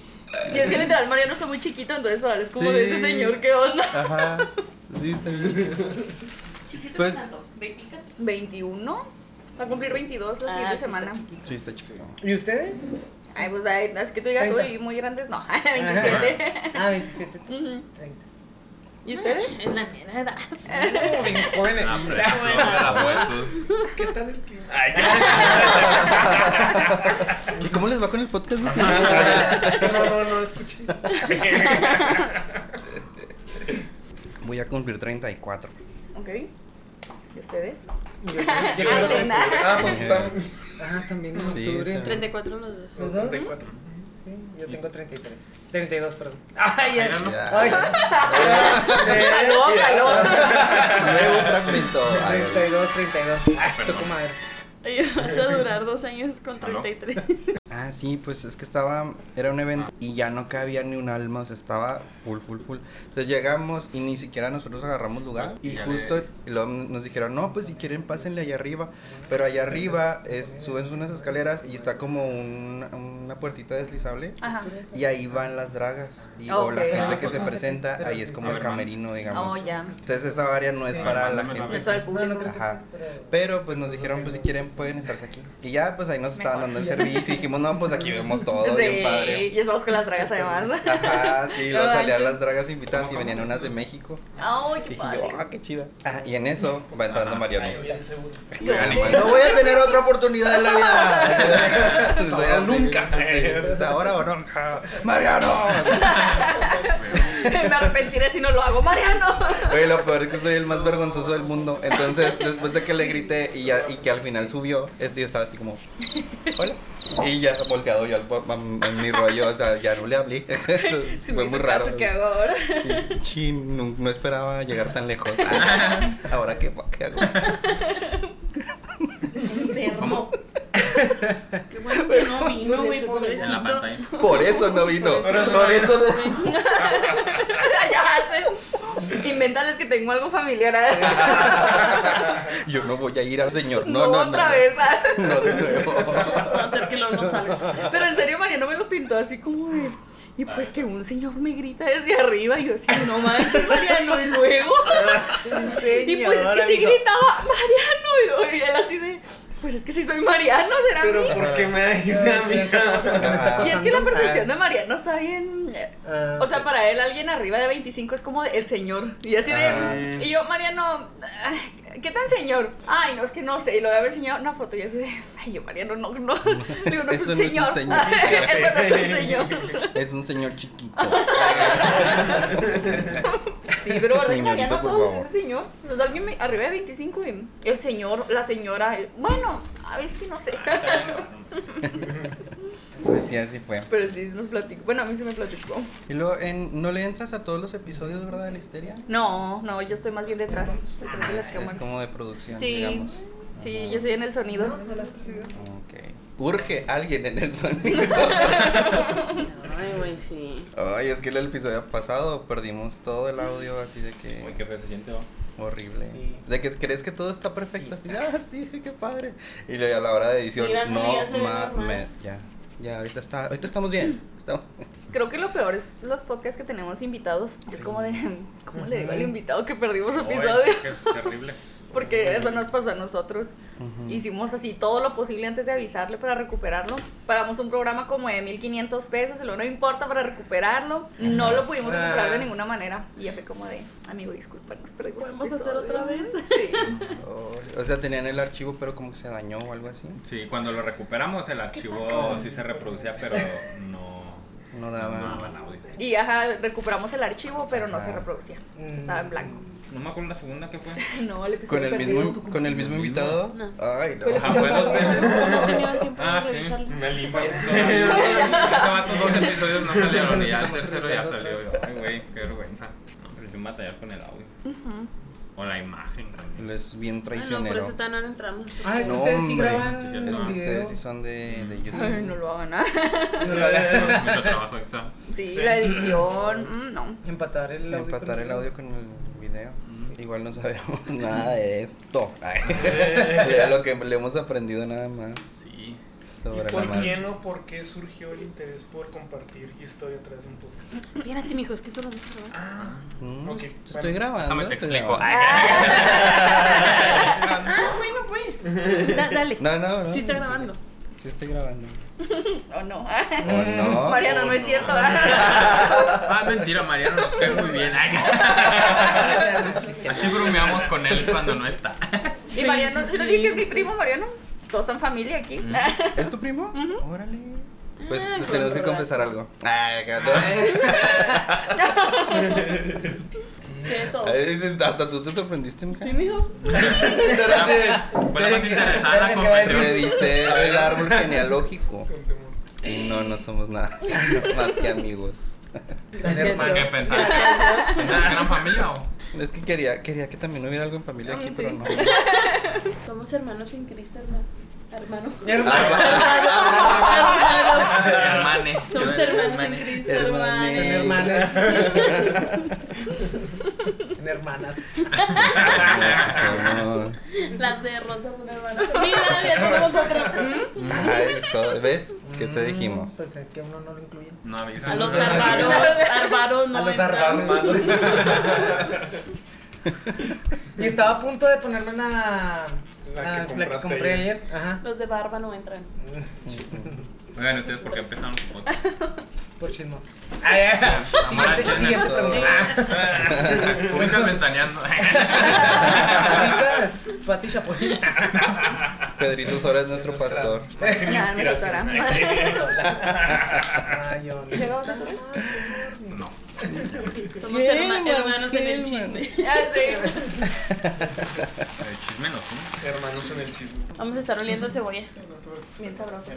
S4: Y es que literal, Mariano está muy chiquito, entonces para él es como de
S2: Sí.
S4: este señor, ¿qué onda?
S2: Ajá. Sí, está bien.
S8: Chiquito
S2: Pues-
S8: tanto, veinticuatro.
S4: 21. Va a cumplir 22 la siguiente semana.
S2: Sí, está chido.
S3: ¿Y ustedes?
S4: Ay, pues ay, es que tú digas,
S3: Treinta.
S4: uy, muy grandes, no, [LAUGHS] 27.
S3: Ah, 27.
S4: Ujú.
S3: 30.
S4: ¿Y ustedes?
S8: Es la mera edad.
S3: Oh, bien jóvenes.
S10: Ah, pero eso es la juventud. Ay,
S2: ¿Y
S10: ¿qué
S2: cómo les va con el podcast? Lucy?
S6: [LAUGHS] No, no, no, escuché.
S2: Voy a cumplir 34.
S4: Ok. ¿Y ustedes?
S3: Yo tengo- yo
S4: Ah,
S3: tengo
S4: de
S3: treinta.
S4: nada.
S6: Ah, pues están.
S3: Ah, también en
S2: Sí,
S3: octubre.
S2: también.
S4: 34 los [LAUGHS] dos.
S3: ¿Los dos?
S6: 34.
S3: Sí, yo tengo 33. 32, perdón.
S10: Mariano.
S2: Ah,
S3: Ay, [LAUGHS]
S4: Jaló, jaló.
S2: Nuevo fragmento. Ay,
S3: 32, 32. Ay, Ah, toco madera.
S4: Vas a durar dos años con
S10: Jaló.
S4: 33.
S2: Ah, sí, pues es que estaba, era un evento y ya no cabía ni un alma, o sea, estaba full, full, full. Entonces llegamos y ni siquiera nosotros agarramos lugar y
S10: Ya
S2: justo y luego nos dijeron, no, pues si quieren pásenle allá arriba, pero allá arriba es, suben unas escaleras y está como un- una puertita deslizable
S4: Ajá.
S2: y ahí van las dragas y o la
S4: Ok.
S2: gente
S10: Ah,
S2: que
S10: pues,
S2: se
S10: no sé,
S2: presenta,
S3: pero
S2: ahí
S3: sí,
S2: es
S3: sí.
S2: como
S10: A
S2: el
S10: ver, man.
S2: camerino,
S4: Oh,
S2: digamos.
S4: ya.
S2: Entonces esa área no es
S10: Sí.
S2: para la
S10: Mándamela,
S2: gente.
S4: Eso al
S3: No, no
S4: público.
S3: creo que
S2: Ajá.
S3: sí, pero-
S2: Pero pues nos dijeron, pues si quieren pueden estarse aquí. Y ya, pues ahí nos estaban
S4: Mejor.
S2: dando el servicio. Y dijimos, no, pues aquí vemos todo, bien
S4: Sí,
S2: padre.
S4: y estamos con las dragas además.
S2: Ajá, sí, luego
S4: No
S2: salían
S4: manches.
S2: las dragas invitadas y venían unas de México.
S4: Ay,
S2: Y
S4: qué
S2: dije
S4: padre.
S2: yo, ah, qué chida. Ah, y en eso va entrando Mariano.
S6: Bien seguro.
S2: No voy a tener otra oportunidad en la vida. [LAUGHS] Soy
S6: Ahora
S2: así.
S6: nunca.
S2: Sí, es ahora o nunca. ¡Mariano!
S4: [LAUGHS] Me arrepentiré si no lo
S2: [LAUGHS]
S4: hago, Mariano.
S2: Oye, lo peor es que soy el más vergonzoso del mundo. Entonces, después de que le grité y, ya- y que al final subió, este, yo estaba así como, hola. Y ya volteado yo al, po- am- en mi rollo, o sea, ya no le hablé. [LAUGHS]
S4: Si
S2: Fue
S4: me
S2: muy
S4: hizo
S2: raro.
S4: caso, ¿Qué hago ahora?
S2: Sí, chin, no, no esperaba llegar tan
S4: [LAUGHS]
S2: lejos. Ahora qué, qué hago.
S4: Enfermo. [LAUGHS] Qué bueno que no vino. [LAUGHS] niño, güey,
S10: En la
S4: pobrecito.
S10: pantalla.
S2: Por eso no vino.
S10: Por eso no
S2: Por eso no-
S4: [LAUGHS] ya sé. Invéntales que tengo algo familiar. ¿ah?
S2: Yo no voy a ir al señor. [LAUGHS]
S4: No,
S2: No, no, no.
S4: otra vez. ¿ah?
S2: No, de nuevo.
S4: [LAUGHS] Va a ser que luego no salga. Pero en serio, Mariano me lo pintó así como de. Y pues que un señor me grita desde arriba. Y yo decía, no manches, Mariano. Y
S6: [LAUGHS]
S4: luego. Y pues es que sí gritaba, Mariano. Y yo- y él así de. Pues es que si soy Mariano, será
S6: Pero
S4: mí.
S6: ¿por qué me dice a mí?
S2: Ah,
S4: Y es que la percepción de Mariano está bien. eh,
S3: Ah,
S4: O sea, para él, alguien arriba de 25 es como de el señor. Y así de.
S6: Ah.
S4: Y yo, Mariano, ay, ¿qué tan señor? Ay, no, es que no sé. Y lo voy a enseñar una foto. Y así de. Ay, yo, Mariano, no, no. [LAUGHS] Le digo, no es
S2: Eso
S4: un
S2: Este no es un
S4: señor. Eso [LAUGHS]
S2: señor.
S4: no
S2: [LAUGHS]
S4: es un señor.
S2: Es un señor chiquito.
S4: Sí, pero ¿verdad que
S2: Señorito,
S4: Mariano
S2: por
S4: todo
S2: favor.
S4: es señor? O sea, alguien me- arriba de 25 y el señor, la señora. el- bueno, a ver si no sé.
S10: Ah,
S2: Pues sí, así fue.
S4: [LAUGHS] Pero sí, nos platicó. Bueno, a mí se me platicó.
S2: Y luego, en- ¿no le entras a todos los episodios, verdad, de la histeria?
S4: No, no, yo estoy más bien detrás. Detrás de las
S2: Ah, Es
S4: cámaras.
S2: como de producción,
S4: Sí,
S2: digamos.
S4: sí, yo soy en el sonido.
S2: Ok. Urge alguien en el sonido.
S11: Ay, güey, sí.
S2: Ay, es que el episodio pasado perdimos todo el audio así de que.
S10: Uy, qué feo se siente, ¿no?
S2: Horrible.
S10: Sí.
S2: De que crees que todo está perfecto. Así, ah, sí, qué padre. Y luego a la hora de edición,
S4: Mira,
S2: no
S4: ya se ve
S2: mames.
S4: normal.
S2: Ya, ya, ahorita, está, ahorita estamos bien.
S10: [LAUGHS]
S2: Estamos-
S4: Creo que lo peor es los podcasts que tenemos invitados. Es como de, [LAUGHS] ¿cómo le digo al invitado que perdimos episodio?
S10: Ay, qué terrible.
S4: Porque eso nos pasó a nosotros.
S10: Ujú.
S4: Hicimos así todo lo posible antes de avisarle para recuperarlo. Pagamos un programa como de 1500 pesos, y luego no importa para recuperarlo. No lo pudimos recuperar de ninguna manera. Y ya fue como de, amigo, discúlpanos, pero ¿Podemos hacer otra vez?
S2: O sea, tenían el archivo, pero como que se dañó o algo así.
S10: Sí, cuando lo recuperamos, el archivo
S4: pasa?
S10: sí se reproducía, pero no.
S2: No daba.
S10: No daba el audio.
S4: Y ajá, recuperamos el archivo, pero no se reproducía. Estaba en blanco. [LAUGHS]
S10: No me acuerdo la segunda que fue.
S4: No, el episodio
S2: Con el
S4: perdido.
S2: mismo, con el mismo invitado.
S4: No.
S2: Ay, no.
S4: Con el episodio
S10: bueno,
S4: perdido. [LAUGHS]
S10: Ah, sí. Me limpa.
S6: [LAUGHS]
S10: Ese vato dos episodios no salieron y ya el tercero ya salió. Yo, Ay, güey, qué vergüenza. No, pero yo batallar con el audio. O la imagen
S2: [LAUGHS]
S10: también.
S2: Es bien
S11: No, por
S2: traicionero.
S11: eso tan no entramos.
S3: Ah, es que ustedes sí
S2: hombre.
S3: graban
S2: Es que
S3: video.
S2: ustedes sí son de, de YouTube.
S4: Ay, no lo hagan. ah.
S10: Mucho trabajo extra.
S4: Sí, la edición. mm, no.
S3: Empatar el audio.
S2: Empatar el audio con el video. Igual no [LAUGHS] sabemos nada de esto.
S6: [LAUGHS]
S2: Ay. Era lo que le hemos aprendido nada más. [LAUGHS]
S10: Sí.
S6: ¿Y
S2: Sobre la
S6: por qué
S2: marcha.
S6: no? ¿Por qué surgió el interés por compartir historia a través de un podcast?
S11: Espérate, mijo, es que eso no se trabaja.
S2: Mm,
S6: Ok,
S2: te
S6: bueno.
S2: estoy grabando.
S10: Déjame te
S2: estoy
S10: explico.
S2: grabando.
S11: [LAUGHS] Ah, bueno, pues. Da- dale.
S2: No, no, no.
S11: Sí está grabando.
S2: Sí estoy grabando.
S4: O
S11: [LAUGHS]
S4: no.
S2: Oh, no.
S4: Mariano, no es
S10: no.
S4: cierto.
S10: Ah, mentira, Mariano nos cae
S2: [LAUGHS]
S10: muy bien. [LAUGHS] Ay, Así bromeamos con él cuando no está.
S4: Y Mariano, si no dije que es mi primo, Mariano. Todos están familia aquí.
S2: ¿Es tu primo? Órale. Pues
S11: Ah,
S2: les tenemos que
S11: controlar.
S2: confesar algo. Ay, cabrón.
S11: Tiene todo.
S2: [LAUGHS] Ay, Hasta tú te sorprendiste, mija.
S11: Sí, mijo.
S10: Fue la más interesada
S2: Me
S10: la confesión.
S2: dice el árbol genealógico.
S6: Con temor.
S2: Y no, no somos nada. [LAUGHS] Más que amigos.
S3: Gracias,
S10: ¿Para qué
S3: Dios.
S10: pensar? ¿Es una gran familia o?
S2: Es que quería, quería que también hubiera algo en familia aquí,
S4: Mm,
S2: pero
S4: sí.
S2: no.
S11: Somos hermanos en Cristo, hermano.
S3: [LAUGHS]
S11: Hermano.
S2: Ah,
S10: Ah, Hermane.
S11: Somos
S10: Yo-
S11: hermanos en
S10: hermane.
S11: Cristo,
S2: Hermane.
S3: En
S11: hermano.
S3: hermanas. en hermanas.
S2: Somos- [LAUGHS]
S11: Las de Rosa, una hermana. Mira, ya tenemos otra.
S2: Ay, esto- ¿Ves? ¿Qué
S4: Mm,
S2: te dijimos?
S3: Pues es que a uno no lo incluyen.
S10: No avisa.
S11: A los Arvaro. Arvaro no
S3: A los
S11: entran.
S3: Y estaba a punto de ponerme la, la-
S6: La que
S3: la que
S6: compraste
S3: compré
S6: ayer.
S3: ayer. Ajá.
S11: Ah, Los de barba no entran.
S10: Oigan, ustedes por qué empezaron
S11: [LAUGHS]
S10: su podcast.
S3: Por chismos. [LAUGHS]
S10: Amar al
S3: Siguiente-
S10: Jenner.
S4: pues
S3: siguiente
S10: Ah.
S4: [LAUGHS]
S10: Ubicas ventaneando.
S3: Ricas, Pati Chapoy.
S2: Pedrito Sora es nuestro pastor.
S11: Ah,
S4: Ya, no pasará.
S11: [LAUGHS]
S10: [LAUGHS]
S3: Ay, yo no.
S4: Llegamos a
S10: No.
S11: Somos
S3: ¿Qué,
S11: herma-
S3: hermanos,
S11: hermanos en
S3: qué,
S11: el chisme. Ah,
S4: Ya sé.
S10: El Eh, chisme no
S6: Hermanos en el chisme.
S11: Vamos a estar oliendo cebolla.
S4: Bien sabroso.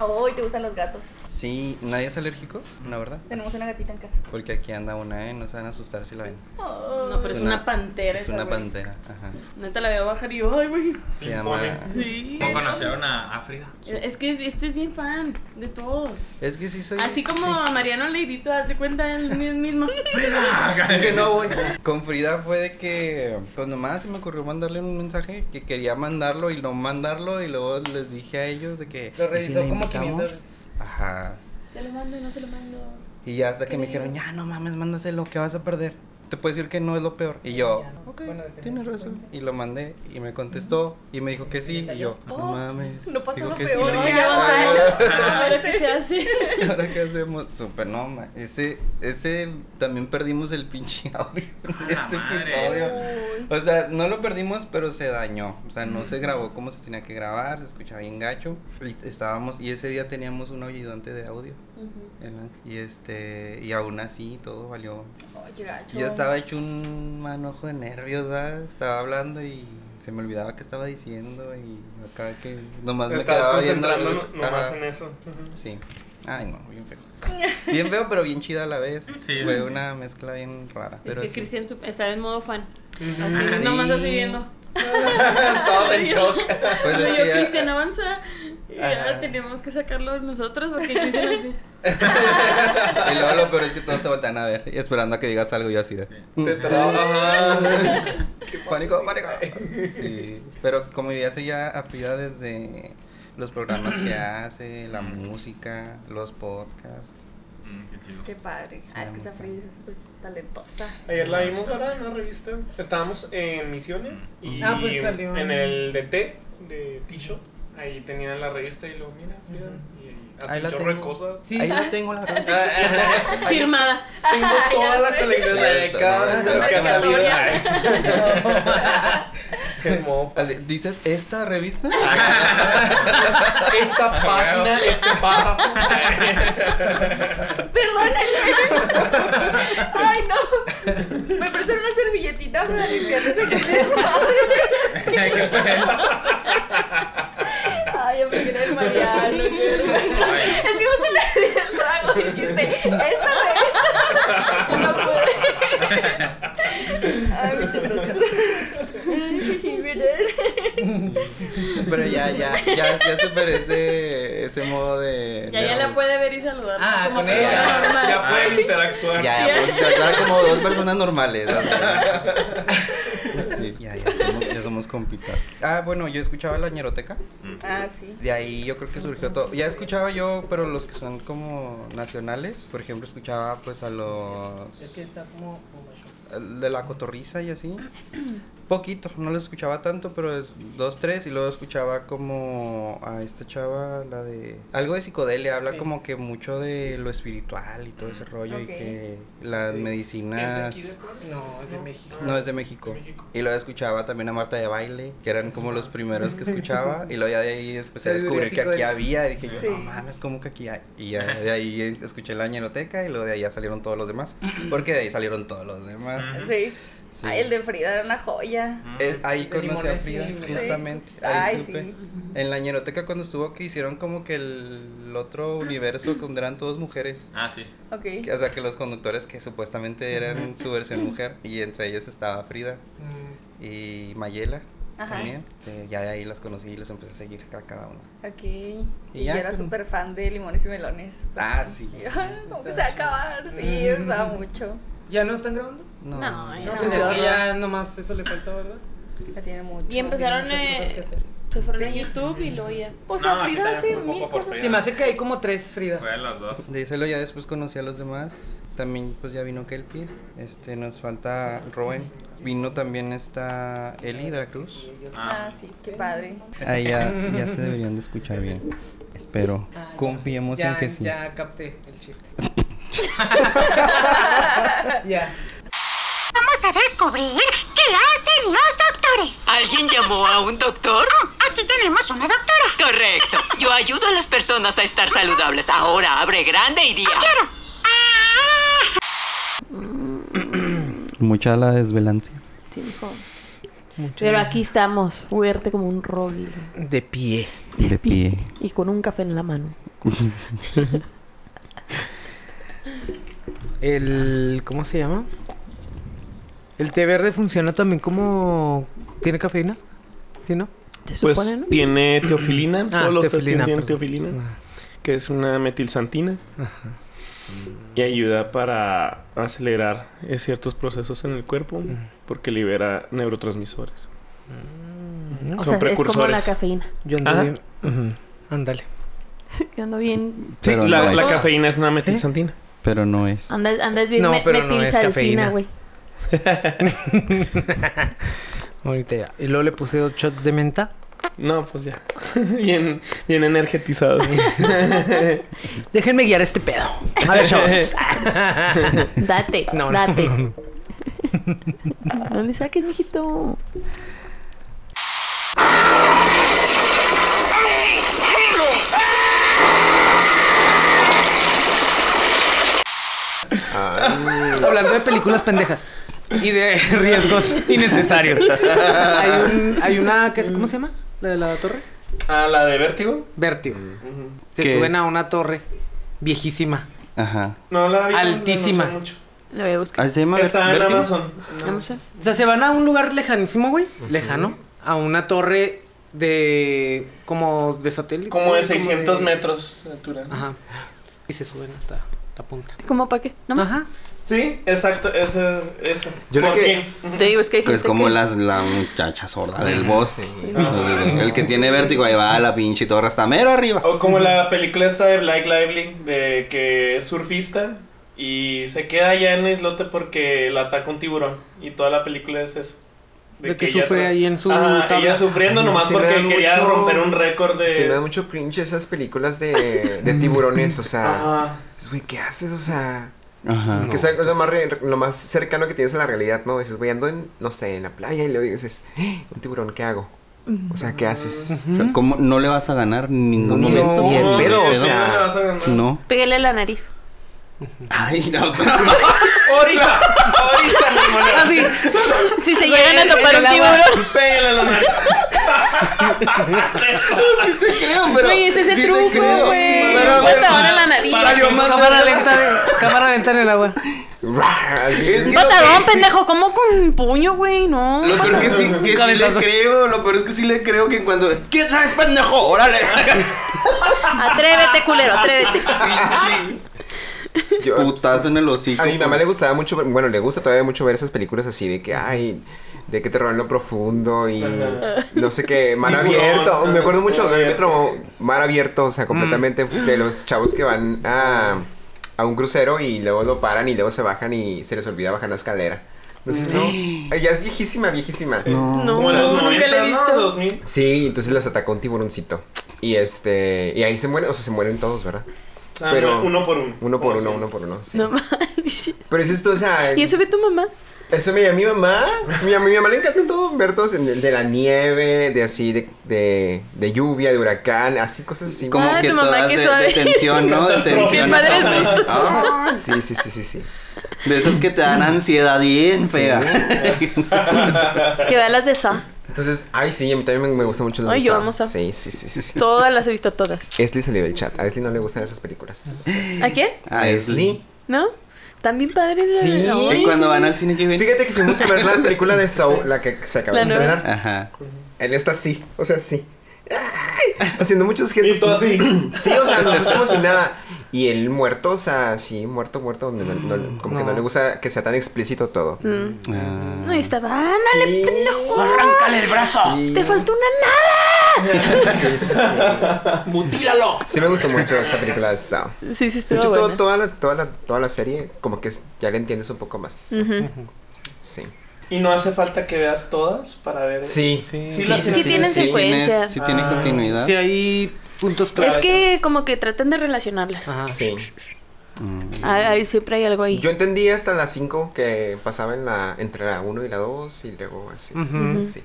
S4: Oh, ¿y te gustan los gatos?
S2: Sí, nadie es alérgico, la verdad.
S4: Tenemos una gatita en casa.
S2: Porque aquí anda una, ¿eh? No se van a asustar si la ven.
S4: No, pero es una pantera
S2: Es
S4: esa,
S2: una
S4: güey.
S2: pantera, ajá.
S4: Neta la veo bajar y yo, ay, güey.
S2: Se llama.
S4: Sí.
S10: ¿Cómo conocieron a, a Frida?
S4: Es que este es bien fan de todos.
S2: Es que sí soy.
S4: Así como a Mariano Leirito, hace cuenta
S2: [LAUGHS]
S4: él mi- mismo.
S10: [LAUGHS]
S2: Es que no voy. [LAUGHS] Con Frida fue de que cuando más se me ocurrió mandarle un mensaje que quería mandarlo y no mandarlo y luego les dije a ellos de que
S3: Lo
S2: ¿y si
S3: revisó
S2: la
S3: como
S2: invitamos?
S3: 500
S2: Ajá.
S4: Se lo mando y no se lo mando.
S2: Y ya hasta que me dijeron, "Ya no mames, mándaselo, que vas a perder." Te puedo decir que no es lo peor. Y yo, ok, tienes razón. Y lo mandé y me contestó y me dijo que sí. Y yo, no mames.
S4: No pasa
S2: Digo
S4: lo
S2: que
S4: peor,
S2: sí.
S4: ya avanzamos. [LAUGHS] Ahora que se hace.
S2: ¿Y ahora qué hacemos? Super, no, ma. Ese, ese también perdimos el pinche audio en ese episodio. O sea, no lo perdimos, pero se dañó. O sea, no se grabó como se tenía que grabar, se escuchaba bien gacho. Y estábamos, y ese día teníamos un ayudante de audio. el Ángel, Y este, y aún así todo valió.
S4: Ay, qué gacho.
S2: Yo estaba hecho un manojo de nervios, ¿verdad? Estaba hablando y se me olvidaba qué estaba diciendo y acá que nomás
S6: Te
S2: Pues me quedaba
S6: estabas
S2: viendo.
S6: concentrando
S2: los-
S6: no- nomás
S2: Ajá.
S6: en eso.
S2: Sí. Ay, no, bien
S4: [LAUGHS]
S2: feo. Bien feo, pero bien chida a la vez. Fue una mezcla bien rara.
S4: Es
S2: Pero
S4: que
S2: sí.
S4: Cristian sup- está en modo fan.
S2: Ujú.
S4: Así,
S2: Sí.
S4: nomás así viendo. [LAUGHS]
S2: Todos en shock. Pues es
S4: yo,
S2: que ya-
S4: Cristian avanza. Y ya
S2: Ajá.
S4: tenemos que sacarlo nosotros porque
S2: [LAUGHS]
S4: Cristian así.
S2: [LAUGHS] Y luego lo peor es que todos te voltean a ver, y esperando a que digas algo y yo así de. "Mm,
S6: Te traba.
S2: [LAUGHS] Pánico, pánico. Sí. Pero como yo ya sé ya a Frida desde los programas que hace, la música, los podcasts.
S10: Mm,
S4: Qué padre. Ah, es que esa Frida es súper talentosa.
S6: Ayer la vimos ahora en una revista. Estábamos en Misiones y
S3: Ah, pues salió en-
S6: en el DT de Ticho. Ahí tenían la revista y luego, mira, mira. Y ahí, hace
S2: Ahí
S6: un
S2: la
S6: chorro de
S2: tengo.
S6: cosas.
S2: Sí. Ahí la tengo, la revista.
S4: [LAUGHS] Firmada.
S6: Tengo toda la
S4: Ya
S6: colección de
S2: Esto,
S6: cada
S2: no,
S6: vez que ha salido. [LAUGHS] Qué mofo.
S2: [LAUGHS] [LAUGHS] Así, ¿Dices esta revista?
S6: [LAUGHS]
S2: [LAUGHS]
S6: Esta página, este párrafo. [LAUGHS]
S4: Perdónenme. Ay, no. Me prestan una servilletita para limpiar ese Ay, yo me quiero el Mariano. qué vergüenza. Es que vos le di el trago y dijiste, esta revista. No
S6: [LAUGHS]
S4: puede. Ay, muchas gracias.
S2: Pero ya, ya, ya, ya superé ese, ese modo de.
S4: Ya,
S2: de
S4: ya la
S2: audio.
S4: puede ver y saludar.
S3: Ah,
S4: como
S3: con ella.
S4: persona normal.
S6: Ya pueden interactuar.
S2: Ya, ya, pues, ya, ya como dos personas normales. o sea. [LAUGHS] Sí, ya, ya somos, ya somos compitas. Ah, bueno, yo escuchaba la ñeroteca.
S4: Ah, sí.
S2: De ahí yo creo que surgió todo. Ya escuchaba yo, pero los que son como nacionales. Por ejemplo, escuchaba pues a los
S3: Es que está como. como yo.
S2: el de la cotorriza y así. [CLEARS THROAT] Poquito, no lo escuchaba tanto, pero es dos, tres, y luego escuchaba como a esta chava, la de... Algo de psicodelia, habla
S3: Sí. Ah,
S2: como que mucho de lo espiritual y todo ese rollo,
S4: Ok.
S2: y que las medicinas...
S3: No, es de México.
S2: No, es de México. Y luego escuchaba también a Marta de Baile, que eran como los primeros que [LAUGHS] escuchaba. Y luego ya de ahí empecé a
S3: Sabiduría
S2: descubrir que aquí
S3: psicodélica.
S2: había. Y dije yo,
S4: Sí.
S2: no mames, ¿cómo que aquí hay? Y ya de ahí escuché la ñeroteca y luego de ahí ya salieron todos los
S4: [LAUGHS]
S2: demás. Porque de ahí salieron todos los demás.
S4: Sí.
S2: Sí.
S4: Ay, el de Frida era una joya.
S10: Mm.
S2: Eh,
S7: ah.
S2: ahí
S3: De
S2: conocí a
S3: limones,
S2: Frida,
S3: sí,
S4: Frida.
S2: justamente.
S4: Sí.
S2: Ahí
S4: Ay,
S2: supe.
S4: sí.
S2: En la ñeroteca cuando estuvo que hicieron como que el otro universo donde eran todas mujeres.
S10: Ah, sí.
S4: Ok.
S2: Que- O sea, que los conductores que supuestamente eran su versión mujer. Y entre ellos estaba Frida
S6: Mm.
S2: y Mayela
S4: Ajá.
S2: también. Eh, ya de ahí las conocí y las empecé a seguir a cada uno.
S4: Ok. Y
S2: Y
S4: yo
S2: ya,
S4: era
S2: pues,
S4: súper fan de limones y melones. [LAUGHS]
S2: Ah, sí.
S4: Ay, ¿Cómo que se va a acabar?
S2: Mm.
S4: Sí, me gustaba mucho.
S3: ¿Ya no están grabando?
S2: No,
S4: No, ya
S3: No,
S4: no.
S3: pues es que ya nomás eso le falta, ¿verdad?
S4: Ya tiene mucho.
S11: Y empezaron,
S3: Tiene muchas cosas que
S11: eh,
S3: hacer.
S11: se fueron a YouTube y luego ya.
S4: Pues
S10: No,
S4: a
S10: sí
S4: Frida
S10: también
S4: hace
S10: fue un
S4: mil
S10: poco por
S4: cosas.
S3: Se me hace que hay como tres Fridas.
S10: Fue de los dos.
S2: Díselo, ya después conocí a los demás. También pues ya vino Kelpie. Este, nos falta Rowen. Vino también esta Eli de la Cruz.
S4: Ah, sí, qué padre.
S2: Ahí ya, ya
S6: [LAUGHS]
S2: se deberían de escuchar bien. Espero. Confiemos
S3: ya,
S2: en que sí.
S3: Ya capté el
S2: [LAUGHS]
S3: chiste. [LAUGHS] ya.
S9: Vamos a descubrir qué hacen los doctores. Oh,
S12: ¿Alguien llamó a un doctor?
S9: Aquí tenemos una doctora.
S12: Correcto. Yo ayudo a las personas a estar saludables. Ahora abre grande y
S9: Ah,
S12: día. Claro.
S2: Mucha la desvelancia.
S12: Sí, hijo.
S4: Pero aquí estamos, fuerte como un roble.
S3: De pie.
S2: De pie.
S4: Y con un café en la mano.
S3: El. ¿Cómo se llama? ¿El té verde funciona también como. ¿Tiene cafeína? ¿Sí, no?
S6: Pues tiene teofilina.
S3: Ah,
S6: Todos los
S3: teofilina,
S6: teofilina, tienen
S3: perdón.
S6: teofilina. Que es una metilsantina. Y ayuda para acelerar eh, ciertos procesos en el cuerpo.
S2: Mm.
S6: Porque libera neurotransmisores.
S4: O sea, es como la cafeína.
S3: Mm. Yo ando
S6: Ajá.
S3: bien. Ujú. Ándale.
S4: Yo ando bien.
S6: Sí,
S2: Pero
S6: la,
S2: no ¿Eh?
S6: la
S2: es.
S6: cafeína es una metilsantina.
S2: Pero no es.
S4: Andas, andas bien
S3: No,
S4: me-
S3: pero no es cafeína.
S4: metilsalcina, güey.
S3: Ahorita ya. Y luego le puse dos shots de menta.
S6: No, pues ya. [LAUGHS] bien,
S2: [LAUGHS]
S6: bien energetizado.
S3: Déjenme guiar este pedo. A ver, chavos.
S4: Date,
S3: No, no,
S4: date.
S3: no,
S4: No,
S3: no.
S4: le saques, mijito.
S3: Hablando de películas pendejas y de [LAUGHS] riesgos innecesarios. hay, un- hay una que es, ¿cómo se llama? La de la torre.
S6: Ah, la de vértigo.
S3: Vértigo. Se
S2: ¿Qué
S3: suben
S2: es?
S3: a una torre viejísima,
S2: Ajá.
S6: No, la vi,
S3: altísima.
S6: no sé mucho.
S4: Lo voy a buscar.
S2: Ahí se llama
S6: Está en
S2: Vértigo.
S6: Amazon.
S4: Vamos a ver.
S3: O sea, se van a un lugar lejanísimo, güey. Lejano. A una torre de. como de satélite.
S6: Como de
S3: de-
S6: 600 metros de altura.
S3: Ajá. Y se suben hasta la punta.
S4: ¿Cómo para qué? No más.
S3: Ajá.
S6: Sí, exacto, eso. eso.
S2: Yo creo
S6: ¿Por
S2: que-
S6: qué?
S4: Te digo, es que hay
S2: Que
S4: gente
S2: es como
S4: que-
S2: las, la muchacha sorda del bosque.
S6: Ah.
S2: El- El que tiene vértigo, ahí va la pinche torre hasta mero arriba.
S6: O como la película esta de Black Lively, de que es surfista y se queda allá en el islote porque la ataca un tiburón. Y toda la película es eso.
S3: De que
S6: ella
S3: sufre
S6: tra-
S3: ahí en su
S6: Ajá,
S3: tabla.
S6: ella sufriendo
S7: Ay,
S6: nomás
S7: se me
S6: porque
S7: da
S6: quería
S7: mucho-
S6: romper un récord de...
S7: Se me da mucho cringe esas películas de, de tiburones, o
S3: Ah.
S7: sea.
S6: Ajá.
S7: es, Güey, ¿qué haces? O sea.
S2: Ajá.
S7: Que sea lo más, re- lo más cercano que tienes a la realidad, ¿no? Dices, voy ando en, no sé, en la playa y luego dices, "Eh, un tiburón, ¿qué hago? O sea, ¿qué haces?
S2: O sea, ¿cómo no le vas a ganar en ningún
S7: No,
S2: momento?
S7: ni en
S2: Ni
S7: pedo,
S2: en
S7: o sea.
S6: No le vas a ganar.
S2: No.
S4: Pégale la nariz.
S2: Ay, no.
S6: ¡Ahorita! ¡Ahorita, mi
S3: [LAUGHS]
S6: hermano!
S3: Así.
S4: [LAUGHS] Si se
S6: Güey,
S4: llegan a topar
S6: en
S4: un
S6: el agua,
S4: tiburón.
S6: Pégale a la madre. Sí te creo, pero...
S4: Güey, ese es el
S6: sí te
S4: truco,
S6: creo, sí,
S4: güey.
S6: pero,
S4: ¿Cómo te
S6: para-
S4: van a la nariz?
S6: para yo más-
S3: Cámara
S4: [LAUGHS]
S3: lenta, cámara lenta en el agua.
S7: [LAUGHS] Rar, así.
S4: Un patadón, pendejo. ¿Cómo con puño, güey? No.
S2: Lo peor que sí, que sí le creo, lo peor es que sí le creo que cuando... ¿Qué traes, pendejo? Órale.
S4: Atrévete, culero, atrévete.
S7: Yo-
S2: Putas en el hocico.
S7: a mi mamá le gustaba mucho, ver- bueno, le gusta todavía mucho ver esas películas así de que, ay, de que te roban lo profundo y no sé qué, mar
S6: Tiburón,
S7: abierto.
S6: ajá,
S7: Me acuerdo mucho,
S6: mar
S7: me
S6: abierto.
S7: traumó mar abierto, o sea, completamente de los chavos que van a, a un crucero y luego lo paran y luego se bajan y se les olvida bajar la escalera. Entonces, no, ella es viejísima, viejísima.
S2: No.
S4: No,
S6: Como en los
S4: nunca le he
S6: 90, ¿no?
S4: visto.
S6: 2000.
S7: Sí, entonces las atacó un tiburoncito. Y este, y ahí se mueren, o sea, se mueren todos, ¿verdad?
S6: Ah,
S7: Pero-
S6: uno por uno.
S7: Uno por
S6: Como
S7: uno,
S6: siempre.
S7: uno por uno, Oh, sí.
S4: No manches.
S7: Pero es esto, o sea...
S4: ¿Y eso ve tu mamá?
S7: Eso me llamó mi mamá. Mi, a mi mamá le encanta todo, ver todos en- de la nieve, de así, de, de, de lluvia, de huracán, así, cosas así.
S2: Como
S4: Ah,
S2: que
S4: tu mamá,
S2: todas
S4: qué
S2: de,
S4: suave.
S2: de tensión,
S7: [LAUGHS]
S2: ¿no? De tensión.
S4: Mis padres
S2: esas,
S4: no.
S2: Ah,
S7: Sí, sí, sí, sí, sí.
S2: de esas que te dan ansiedad bien
S7: Sí.
S2: fea.
S6: [LAUGHS]
S4: Que vea las de Sa.
S7: Entonces, ay, sí, a mí también me, me gusta mucho la
S4: Ay,
S7: de
S4: yo
S7: Saw.
S4: amo Saw.
S7: Sí, sí, sí, sí. sí.
S4: Todas las he visto todas.
S7: Esli salió del chat. A Esli no le gustan esas películas.
S4: ¿A qué?
S7: A Esli.
S4: ¿No? También padre de
S7: Sí.
S2: Y cuando van al cine que ven.
S7: Fíjate que fuimos a ver la película de Soul, la que se acaba
S4: La
S7: de
S4: nueva.
S7: estrenar.
S2: Ajá.
S7: En esta sí, o sea, sí. Ay, haciendo muchos gestos.
S6: Y tú así.
S7: Sí, o sea, no es como si
S6: [LAUGHS]
S7: nada. Y el muerto, o sea, sí, muerto, muerto, donde no- no- como que no
S3: No.
S7: le gusta que sea tan explícito todo.
S4: Mm.
S2: Ah.
S4: No, y estaba. ¡Ándale,
S7: Sí.
S4: pendejo!
S3: ¡Arráncale el brazo!
S7: Sí.
S4: ¡Te faltó una nada!
S7: [LAUGHS] Sí, sí, sí.
S6: ¡Mutíralo!
S7: Sí me gustó mucho esta película de Saw.
S4: Sí, sí,
S7: De
S4: estuvo
S7: hecho, todo-
S4: buena.
S7: toda, la, toda, la, toda la serie como que es- ya le entiendes un poco más.
S4: Ujú.
S7: Sí.
S6: Y no hace falta que veas todas para ver.
S7: Sí.
S3: Sí.
S6: Sí, las-
S4: Sí tienen secuencia.
S2: Tienes- sí tiene
S6: Ah.
S2: continuidad.
S3: Si hay puntos claves.
S4: Es que como que tratan de relacionarlas.
S3: Ajá.
S7: Sí.
S2: Mm.
S4: Ay, ay, siempre hay algo ahí.
S7: Yo entendí hasta las 5 que pasaba en la, entre la 1 y la 2 y luego así.
S3: Ujú.
S7: Sí.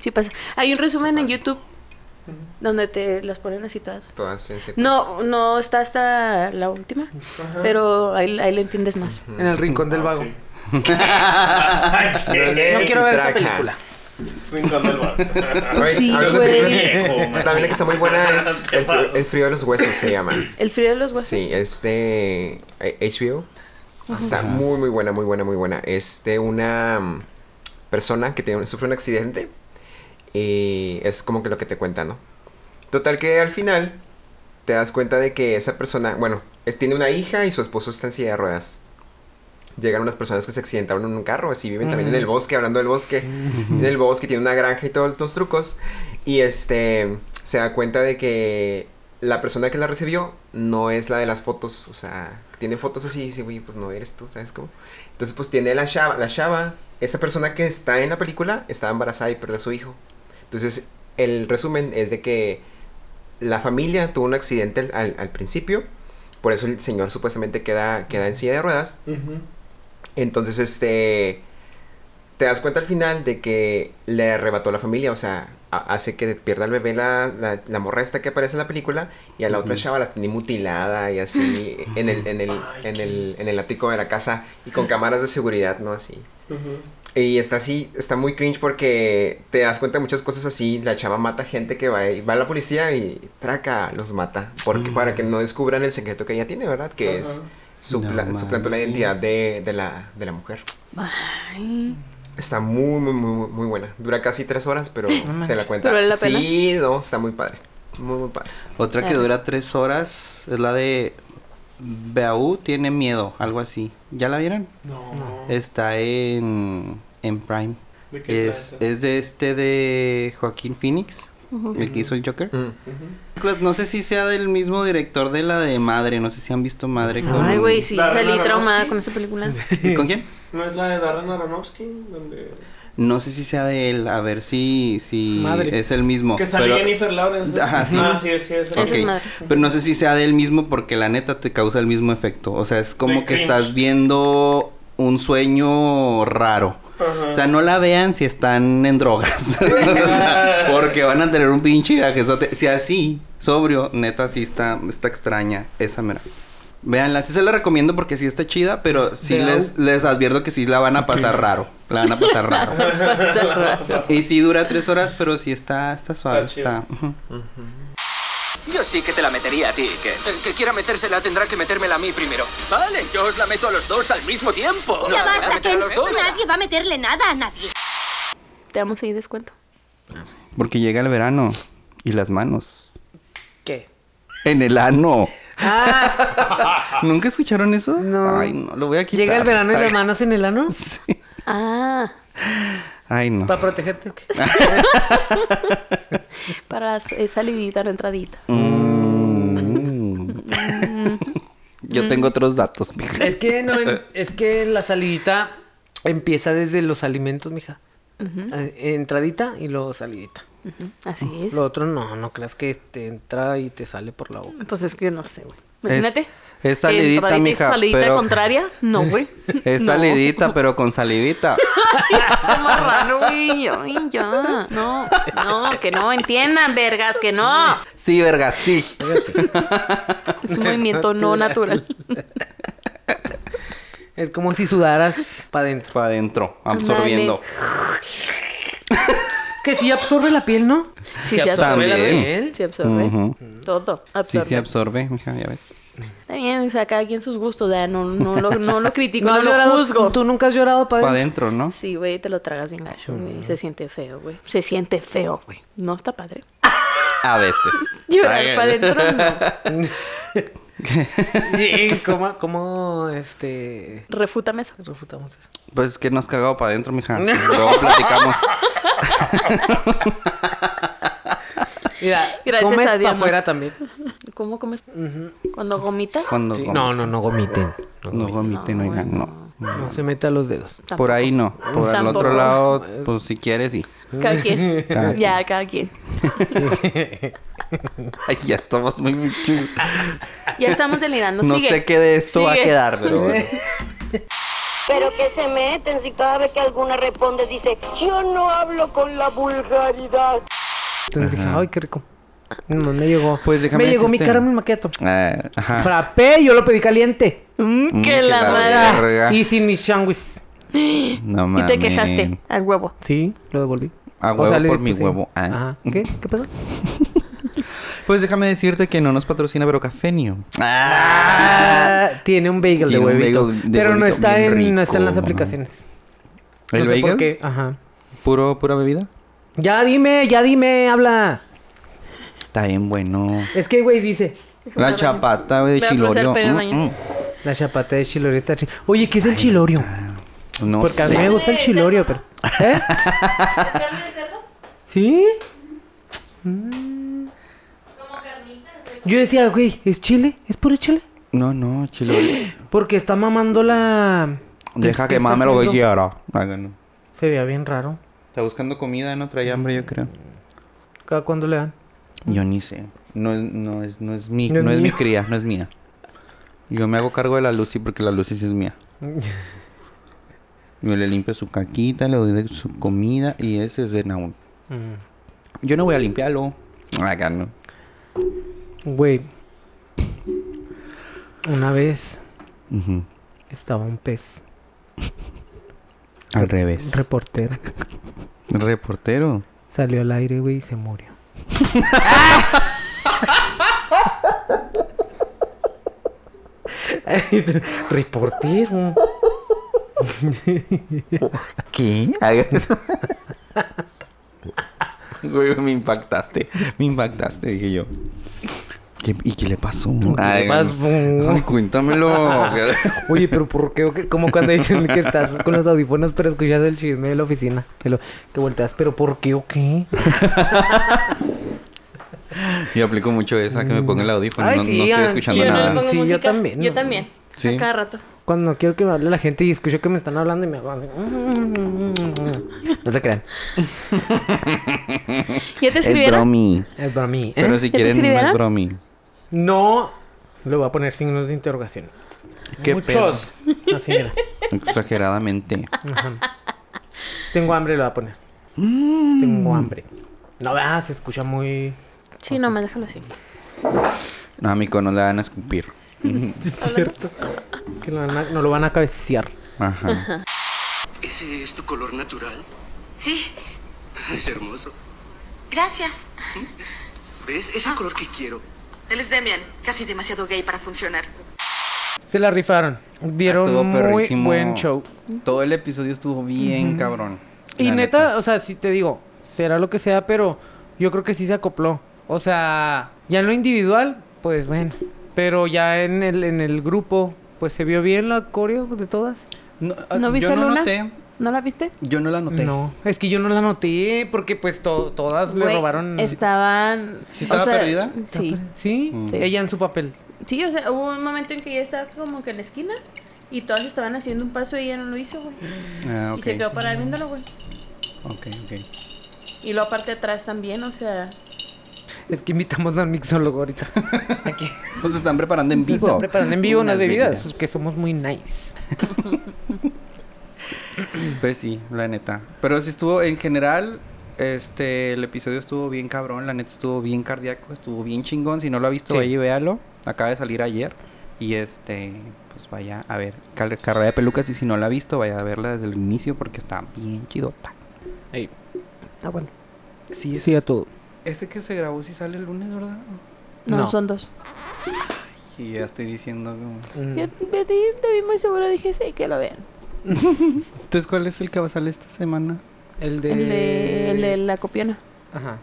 S4: Sí pasa. Hay un resumen en YouTube donde te las ponen así todas.
S7: Todas en secuencia.
S4: No, no está hasta la última,
S6: Ajá.
S4: pero ahí, ahí le entiendes más.
S6: Ah,
S3: En el rincón del vago.
S6: [LAUGHS] Ay,
S3: No
S6: ¿qué?
S7: Sí,
S3: quiero ver esta
S7: traca.
S3: película.
S6: Brincando el barco.
S7: Oye,
S4: Sí,
S7: hablando de
S4: güey.
S7: películas, [LAUGHS]
S4: Viejo, man.
S7: la película que está
S4: [LAUGHS]
S6: [LAUGHS]
S7: muy buena es
S4: ¿Qué
S7: el,
S4: pasa?
S7: El frío de los huesos se llama.
S4: El frío de [LAUGHS] los huesos.
S7: Sí, es de eh, HBO.
S4: Ajá.
S7: Está muy, muy buena, muy buena, muy buena. Es de una mm, persona que tiene, sufre un accidente y es como que lo que te cuentan, ¿no? Total que al final te das cuenta de que esa persona, bueno, eh, tiene una hija y su esposo está en silla de ruedas. Llegan unas personas que se accidentaron en un carro, así viven también en el
S2: Ujú.
S7: bosque, hablando del bosque. En el bosque tiene una granja y todos los trucos. Y este se da cuenta de que la persona que la recibió no es la de las fotos. O sea, tiene fotos así y dice, güey, pues no eres tú, ¿sabes cómo? Entonces, pues tiene la chava, la chava, esa persona que está en la película, estaba embarazada y perdió a su hijo. Entonces, el resumen es de que la familia tuvo un accidente al, al- al principio, por eso el señor supuestamente queda, queda en silla de ruedas. Entonces, este. Te das cuenta al final de que le arrebató la familia, o sea, a- hace que pierda al bebé la, la, la morra esta que aparece en la película y a la otra
S2: Ujú.
S7: chava la tiene mutilada y así en el, en, el, en, el, en el ático de la casa y con cámaras de seguridad, ¿no? Así. Y está así, está muy cringe porque te das cuenta de muchas cosas así. La chava mata gente que va, y va a la policía y traca, los mata. Porque para que no descubran el secreto que ella tiene, ¿verdad? Que es supla-
S2: No
S7: suplantó la identidad de, de la, de la mujer. Está muy, muy, muy, muy buena. Dura casi tres horas, pero te la cuenta.
S4: ¿Pero vale la
S7: sí, no, está muy padre. Muy, muy padre.
S2: Otra que
S7: Ah.
S2: dura tres horas es la de Beau tiene miedo, algo así. ¿Ya la vieron?
S6: No.
S2: Está en, en Prime.
S6: ¿De qué
S2: es,
S7: eh.
S6: trata?
S2: es de este de Joaquín Phoenix,
S6: Ujú.
S2: el que hizo el
S6: Mm.
S2: Joker.
S7: Mm.
S2: Películas, No sé si sea del mismo director de la de Madre, no sé si han visto Madre. con-
S4: Ay, güey, sí,
S6: Darren
S4: salí
S6: Aronofsky.
S4: traumada con esa película.
S2: ¿Y ¿Con quién?
S6: ¿No es la de Darren Aronofsky? Donde...
S2: No sé si sea de él, a ver si, si
S6: Madre.
S2: es el mismo.
S6: Que sale
S2: Oh, pero-
S6: Jennifer Lawrence. ¿no?
S2: Ajá, sí.
S6: Ah, sí, sí, es
S2: Ok. Pero no sé si sea del mismo porque la neta te causa el mismo efecto. O sea, es como
S6: De
S2: que
S6: cringe.
S2: estás viendo un sueño raro.
S6: Ajá.
S2: O sea, no la vean si están en drogas. [LAUGHS] porque van a tener un pinche gajezote. Si así, sobrio, neta, sí está, está extraña esa mera. Véanla, sí se la recomiendo porque sí está chida, pero sí
S6: Veau.
S2: les, les advierto que sí la van a pasar raro. La van a pasar
S3: [LAUGHS]
S2: raro. y sí dura tres horas, pero sí está, está suave.
S13: Está
S2: Está,
S13: chida.
S2: ujú.
S13: Yo sí que te la metería a ti, que el que quiera metérsela tendrá que metérmela a mí primero. Vale, yo os la meto a los dos al mismo tiempo. No
S14: Ya
S13: la voy a
S14: basta,
S13: meter a
S14: Ken.
S13: los dos.
S14: Nadie va a meterle nada a nadie.
S4: Te damos ahí descuento.
S2: Porque llega el verano y las manos.
S3: ¿Qué?
S2: En el ano.
S3: [LAUGHS]
S2: ¿Nunca escucharon eso? No. Ay, no, lo voy a quitar.
S3: ¿Llega el verano y
S2: Ay, [LAUGHS]
S3: las manos en el ano?
S4: Ah,
S2: Ay, no.
S3: ¿Para protegerte o qué?
S2: Ah.
S4: para eh, esa libidita no entradita.
S2: Mm. [LAUGHS] Yo tengo otros datos,
S4: [LAUGHS]
S2: mija.
S3: [LAUGHS] Es que no, en- es que la salidita empieza desde los alimentos, mija. Eh, Entradita y luego salidita.
S4: Así es.
S3: Lo otro no, no creas que te entra y te sale por la boca.
S4: Pues es que no sé, güey. Imagínate.
S2: es salidita,
S4: Entradita y
S2: mija,
S4: Salidita
S2: pero-
S4: contraria. No, güey.
S2: [LAUGHS] Es
S4: No. [LAUGHS]
S2: salidita, pero con salivita.
S4: Marrano, güey. Ay, ya. No, no, que no entiendan, vergas, que no.
S2: Sí, verga, sí.
S4: Es un movimiento no natural.
S3: Es como si sudaras para adentro.
S2: Para adentro, absorbiendo.
S3: Que sí absorbe la piel, ¿no?
S4: Sí, se absorbe la piel. Se absorbe.
S2: Ujú.
S4: Todo. Absorbe.
S2: Sí, sí, absorbe, mija, ya ves.
S4: Está bien, o sea, cada quien sus gustos, ¿verdad? No, no, lo, no lo critico,
S3: [LAUGHS] ¿No
S4: no,
S3: has
S4: lo
S3: llorado?
S4: juzgo.
S3: ¿Tú nunca has llorado para
S2: Para
S3: adentro?
S2: adentro, ¿no?
S4: Sí, güey, te lo tragas bien gacho, güey. Se siente feo, güey. Se siente feo, güey. No está padre.
S2: A
S4: [LAUGHS]
S2: veces.
S4: Llorar para adentro,
S3: [LAUGHS] Bien, ¿cómo, cómo, este...
S4: Refútame eso.
S3: Refutamos eso.
S2: [LAUGHS] Pues que nos cagado para adentro,
S4: [LAUGHS]
S2: mija. Luego platicamos.
S3: Mira,
S4: Gracias
S3: comes
S4: a Dios,
S3: para
S4: ¿no?
S3: afuera también.
S4: [LAUGHS] ¿Cómo comes? Cuando gomitas.
S2: Cuando
S3: Sí,
S2: gom-
S3: No, no, no gomiten.
S2: No gomiten, oiga, no.
S3: No se meta los dedos.
S2: Por ahí no. Por el
S4: Tampoco.
S2: otro lado, pues si quieres, sí.
S3: [LAUGHS]
S4: Cada quien.
S2: Cada quien.
S4: ya, cada quien.
S2: Ay, ya estamos muy muchos.
S4: Ya estamos
S2: [LAUGHS]
S4: delirando.
S2: No
S4: Ah, Sigue.
S2: sé qué de esto va a
S4: Sigue.
S2: quedar,
S4: [LAUGHS]
S2: pero bueno.
S9: Pero que se meten si cada vez que alguna responde dice, yo no hablo con la vulgaridad.
S3: Entonces dije, ay, qué rico. No, me llegó.
S2: Pues déjame
S3: Me llegó mi
S2: decirte.
S3: Carmen Maqueto.
S2: Eh, ajá.
S3: Frappé, yo lo pedí caliente.
S2: Mm, que que la la madre. verga.
S3: Y sin mis changuis.
S2: No
S3: Y
S2: mames.
S3: te quejaste.
S2: [LAUGHS]
S4: Al huevo.
S3: Sí, lo devolví.
S2: A Ah,
S3: O
S2: huevo
S3: sea, le
S2: por
S3: di-
S2: mi
S3: pues, sí.
S2: huevo. Ah. [LAUGHS]
S3: Ajá. ¿Qué? ¿Qué pedo?
S2: Pues déjame decirte que no nos patrocina, pero Cafenio.
S3: Ah, tiene un bagel
S2: Tiene
S3: de
S2: un
S3: huevito.
S2: bagel de
S3: pero no
S2: huevito
S3: está
S2: bien
S3: en no está en las
S2: rico.
S3: aplicaciones.
S2: ¿El
S3: no sé por
S2: bagel?
S3: qué, Ajá.
S2: ¿Puro, pura bebida?
S3: Ya dime, ya dime, habla.
S2: Está bien bueno.
S3: Es que güey dice
S2: La chapata güey, de chilorio. Mm, mm.
S3: La chapata de chilorio está chi- Oye, ¿qué es el chilorio?
S2: mm. No
S3: Porque a
S2: sé.
S3: mí me gusta el chilorio, pero ¿Eh? ¿Sí? Mm. Yo decía, güey, ¿es chile? ¿Es puro chile?
S2: No, no, chilorio.
S3: Porque está mamando la.
S2: Deja que mame lo que quiera. Háganlo.
S3: Se veía bien raro.
S2: Está buscando comida, no trae hambre, yo creo.
S3: ¿Cada cuándo le dan?
S2: Yo ni sé. No, es- no, es, no es mi,
S3: No
S2: no,
S3: es
S2: es mi
S3: mío.
S2: cría, no es mía. Yo me hago cargo de la Lucy porque la Lucy sí es mía. Yo le limpio su caquita, le doy de su comida y ese es de Naúl.
S3: Mm.
S2: Yo no voy a limpiarlo. Acá no.
S3: Güey. Una vez
S2: Ujú.
S3: estaba un pez.
S2: Al revés.
S3: Reportero.
S2: Reportero.
S3: Salió al aire, güey, y se murió. [LAUGHS] Reportero.
S2: ¿Qué? Güey, me impactaste. Me impactaste, dije yo. ¿Qué- ¿Y qué le pasó? Ay, ay, cuéntamelo.
S3: Oye, pero ¿por qué? ¿O qué? Como cuando dicen que estás con los audífonos pero escuchas el chisme de la oficina. Que, lo- que volteas, pero ¿por qué o qué?
S2: Yo aplico mucho esa que me pongo el audífono.
S3: Ay,
S2: no,
S3: sí,
S2: no
S3: ah,
S2: estoy escuchando
S3: sí, yo no le
S2: nada.
S3: pongo Sí, yo
S4: música.
S3: también,
S4: Yo
S3: no.
S4: también.
S2: Sí.
S4: A cada rato.
S3: Cuando quiero que me hable la gente y escucho que me están hablando y me hago así. No se crean.
S4: ¿Ya te
S2: es
S4: escribieron?
S2: bromi.
S3: Es bromi.
S2: Pero
S3: ¿Eh?
S2: si
S3: ¿Ya te
S2: quieren, no es
S3: escribieron?
S2: bromi.
S3: No. Le voy a poner signos de interrogación.
S2: ¿Qué
S3: Muchos. Así era.
S2: Exageradamente.
S3: Ajá. Tengo hambre, le voy a poner.
S2: Mm.
S3: Tengo hambre. No, ah, se escucha muy...
S4: Sí, no, me déjalo así.
S2: No, a mi cono le van a escupir.
S3: Es cierto. Que lo van a- no lo van a cabecear.
S2: Ajá.
S15: ¿Ese es tu color natural?
S13: Sí,
S15: Es hermoso.
S13: gracias.
S15: ¿Ves? Es el color que quiero.
S13: Él es Demian, casi demasiado gay para funcionar.
S3: Se la rifaron. Dieron
S2: Ah, Estuvo
S3: muy
S2: perrísimo.
S3: buen show.
S2: Todo el episodio estuvo bien
S3: Ujú.
S2: cabrón.
S3: Y
S2: La
S3: neta, o sea, si te digo, será lo que sea, pero yo creo que sí se acopló. O sea, ya en lo individual, pues bueno. Pero ya en el, en el grupo, pues se vio bien la coreo de todas.
S2: No,
S4: ¿No viste Luna? ¿No la viste?
S2: Yo no la noté.
S3: No, es que yo no la noté porque pues to- todas le
S4: Güey,
S3: robaron.
S4: Estaban.
S3: ¿Sí
S4: o sea, Sí.
S3: Sí,
S4: Mm.
S3: ella en su papel.
S4: Sí, o sea, hubo un momento en que ella estaba como que en la esquina y todas estaban haciendo un paso y ella no lo hizo, güey.
S2: Ah,
S4: Y se
S2: ok.
S4: quedó parada viéndolo, güey.
S2: Ok, ok.
S4: Y luego aparte atrás también, o sea.
S3: Es que invitamos a un mixólogo ahorita. Aquí.
S2: Nos están preparando en
S3: Nos
S2: vivo.
S3: están preparando en [LAUGHS] vivo unas bebidas,
S2: bebidas.
S3: que somos muy nice.
S2: Pues sí, la neta. Pero sí estuvo, en general, este, el episodio estuvo bien cabrón, la neta estuvo bien cardíaco, estuvo bien chingón. Si no lo ha visto,
S3: Sí.
S2: ahí véalo. Acaba de salir ayer. Y este, pues vaya a ver Cal- Carrera de Pelucas. Y si no la ha visto, vaya a verla desde el inicio porque está bien chidota.
S3: Ah, bueno.
S2: Sí,
S3: sí a todo.
S2: Ese que se grabó sí sale el lunes, ¿verdad?
S4: No,
S3: No.
S4: son dos.
S2: Y ya estoy diciendo. como-
S3: Mm.
S4: Yo, yo te, te vi muy seguro, dije sí, que lo vean.
S2: Entonces, ¿cuál es el que va a salir esta semana?
S3: El
S4: El, de, el de la copiona.
S3: Ajá.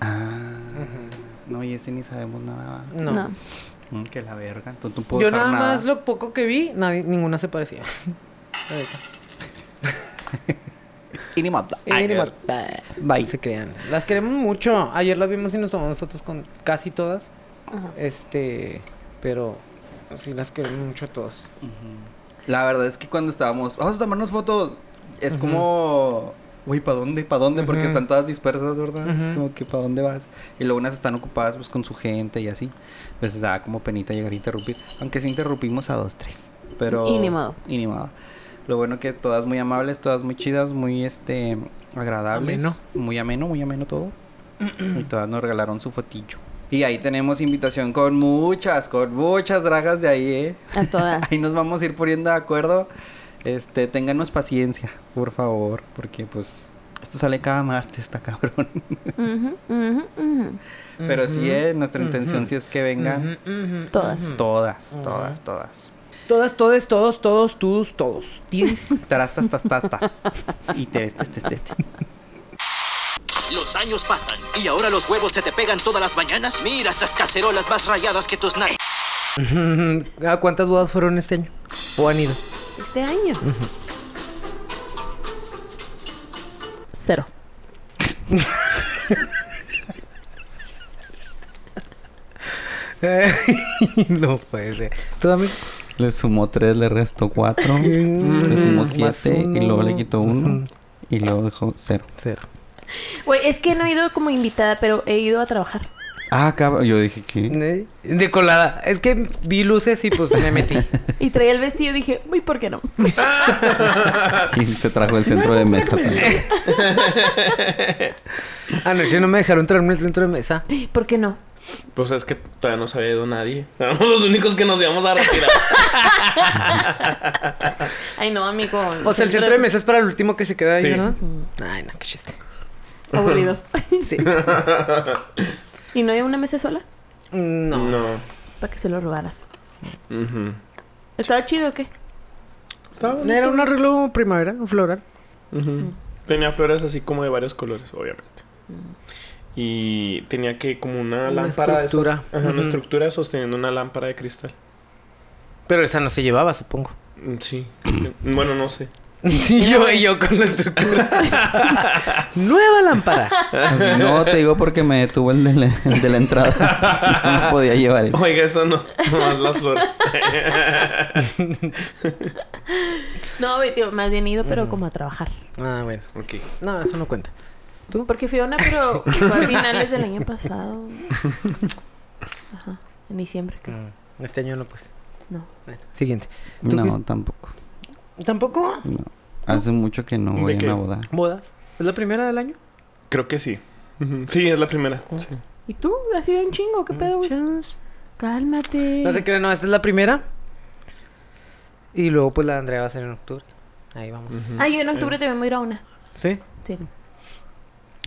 S2: Ah. No, y ese ni sabemos nada. ¿va?
S3: No. No.
S2: Mm, que la verga. Entonces, no puedo
S3: Yo
S2: dejar
S3: nada
S2: nada.
S3: más lo poco que vi, nadie, ninguna se parecía. [LAUGHS] La neta.
S2: Inimata.
S3: Era inmortal.
S2: Bye.
S3: Se crean. Las queremos mucho. Ayer las vimos y nos tomamos fotos con casi todas. Este, pero sí las queremos mucho a todas.
S2: La verdad es que cuando estábamos, vamos a tomarnos fotos, es
S3: Ujú.
S2: como, güey, ¿para dónde? ¿Para dónde? Porque
S3: Ujú.
S2: están todas dispersas, ¿verdad?
S3: Ujú.
S2: Es como que, ¿para dónde vas? Y luego unas están ocupadas pues con su gente y así. Pues da como penita llegar a interrumpir. Aunque sí interrumpimos a dos, tres. Pero...
S4: Y ni modo.
S2: Y ni modo. Lo bueno que todas muy amables, todas muy chidas, muy este agradables.
S3: Ameno.
S2: Muy ameno, muy ameno todo. y todas nos regalaron su fotillo. Y ahí tenemos invitación con muchas, con muchas dragas de ahí, ¿eh?
S4: A todas.
S2: [LAUGHS]
S3: [LAUGHS]
S2: Ahí nos vamos a ir poniendo de acuerdo. Este, ténganos paciencia, por favor, porque pues Esto sale cada martes, está cabrón. [LAUGHS]
S4: Ujú, ujú, ujú.
S2: Pero sí,
S16: Ujú,
S2: eh, nuestra
S16: ujú.
S2: intención sí es que vengan
S16: Ujú, ujú,
S4: Todas.
S16: ujú.
S2: todas,
S16: Ujú.
S2: todas, todas.
S16: Todas, todes, todos, todos, todos, todos. Tienes.
S2: Tarastas, tas, tas,
S16: [LAUGHS]
S2: tas. Y te, te, te, te, te.
S13: Los años pasan y ahora los huevos se te pegan todas las mañanas. Mira estas cacerolas más rayadas que tus nalgas.
S3: ¿A cuántas bodas fueron este año? ¿O han ido?
S4: Este año. Cero.
S3: no puede ser. ¿Tú también?
S2: Le sumó tres, le restó cuatro.
S16: [LAUGHS]
S2: le sumó
S3: Más
S2: siete y
S3: uno.
S2: luego le quitó uno. Y luego dejó cero.
S3: Cero.
S4: Güey, es que no he ido como invitada, pero he ido a trabajar.
S2: Ah, cabrón. Yo dije
S16: [LAUGHS]
S2: que. [LAUGHS]
S3: De colada. Es que vi luces y pues me metí.
S4: Y traía el vestido y dije, uy, ¿por [LAUGHS] qué no?
S2: Y se trajo el centro de mesa. también.
S3: Anoche Ah, no me dejaron traerme el centro de mesa.
S4: ¿Por qué no?
S6: Pues es que todavía no se había ido nadie. [LAUGHS] Éramos los únicos que nos íbamos a retirar.
S4: Ay, no, amigo. Mm,
S3: O sea, el centro de mesa es para el último que se queda ahí,
S6: Sí.
S3: ¿verdad? Ay, no, qué chiste.
S4: Aburridos. [LAUGHS] sí. ¿Y no hay una mesa sola?
S3: No.
S6: No.
S4: Para que se lo robaras.
S6: Ujú.
S4: ¿Estaba chido o qué?
S3: Era un arreglo primavera, un floral.
S6: Tenía flores así como de varios colores, obviamente. Y tenía que como una,
S3: Una
S6: lámpara
S3: estructura.
S6: de esas- ajá,
S3: Ujú.
S6: una estructura sosteniendo una lámpara de cristal.
S3: Pero esa no se llevaba, supongo.
S6: Mm, Sí. bueno, no sé.
S3: [LAUGHS] Sí, yo y yo con la [LAUGHS] estructura. Nueva lámpara.
S2: Así, no, te digo porque me detuvo el de la, el de la entrada. [LAUGHS] No me podía llevar eso.
S6: Oiga, eso no. [LAUGHS] Nomás las flores.
S4: No, güey, tío, más bien he ido,
S3: Mm.
S4: pero como a trabajar.
S3: Ah, bueno.
S6: Ok.
S3: No, eso no cuenta.
S4: Porque fui a una, pero [LAUGHS] fue a finales del año
S3: [LAUGHS]
S4: pasado. Ajá, en diciembre. creo.
S3: Este año no, pues.
S4: No.
S3: Bueno, siguiente. ¿Tú
S2: No,
S3: quis-
S2: tampoco.
S3: ¿Tampoco?
S2: No. Hace mucho que no
S6: ¿De
S2: voy
S6: qué?
S2: a una boda.
S3: ¿Bodas? ¿Es la primera del año?
S6: [LAUGHS] Creo que sí. Ujú. Sí, es la primera. sí.
S4: ¿Y tú? ¿Has sido un chingo? ¿Qué pedo, güey? Cálmate.
S3: No se cree, no, esta es la primera. Y luego, pues la de Andrea va a ser en octubre. Ahí vamos.
S4: Ah,
S3: Eh.
S4: yo en octubre también voy a ir a una.
S3: ¿Sí?
S4: Sí.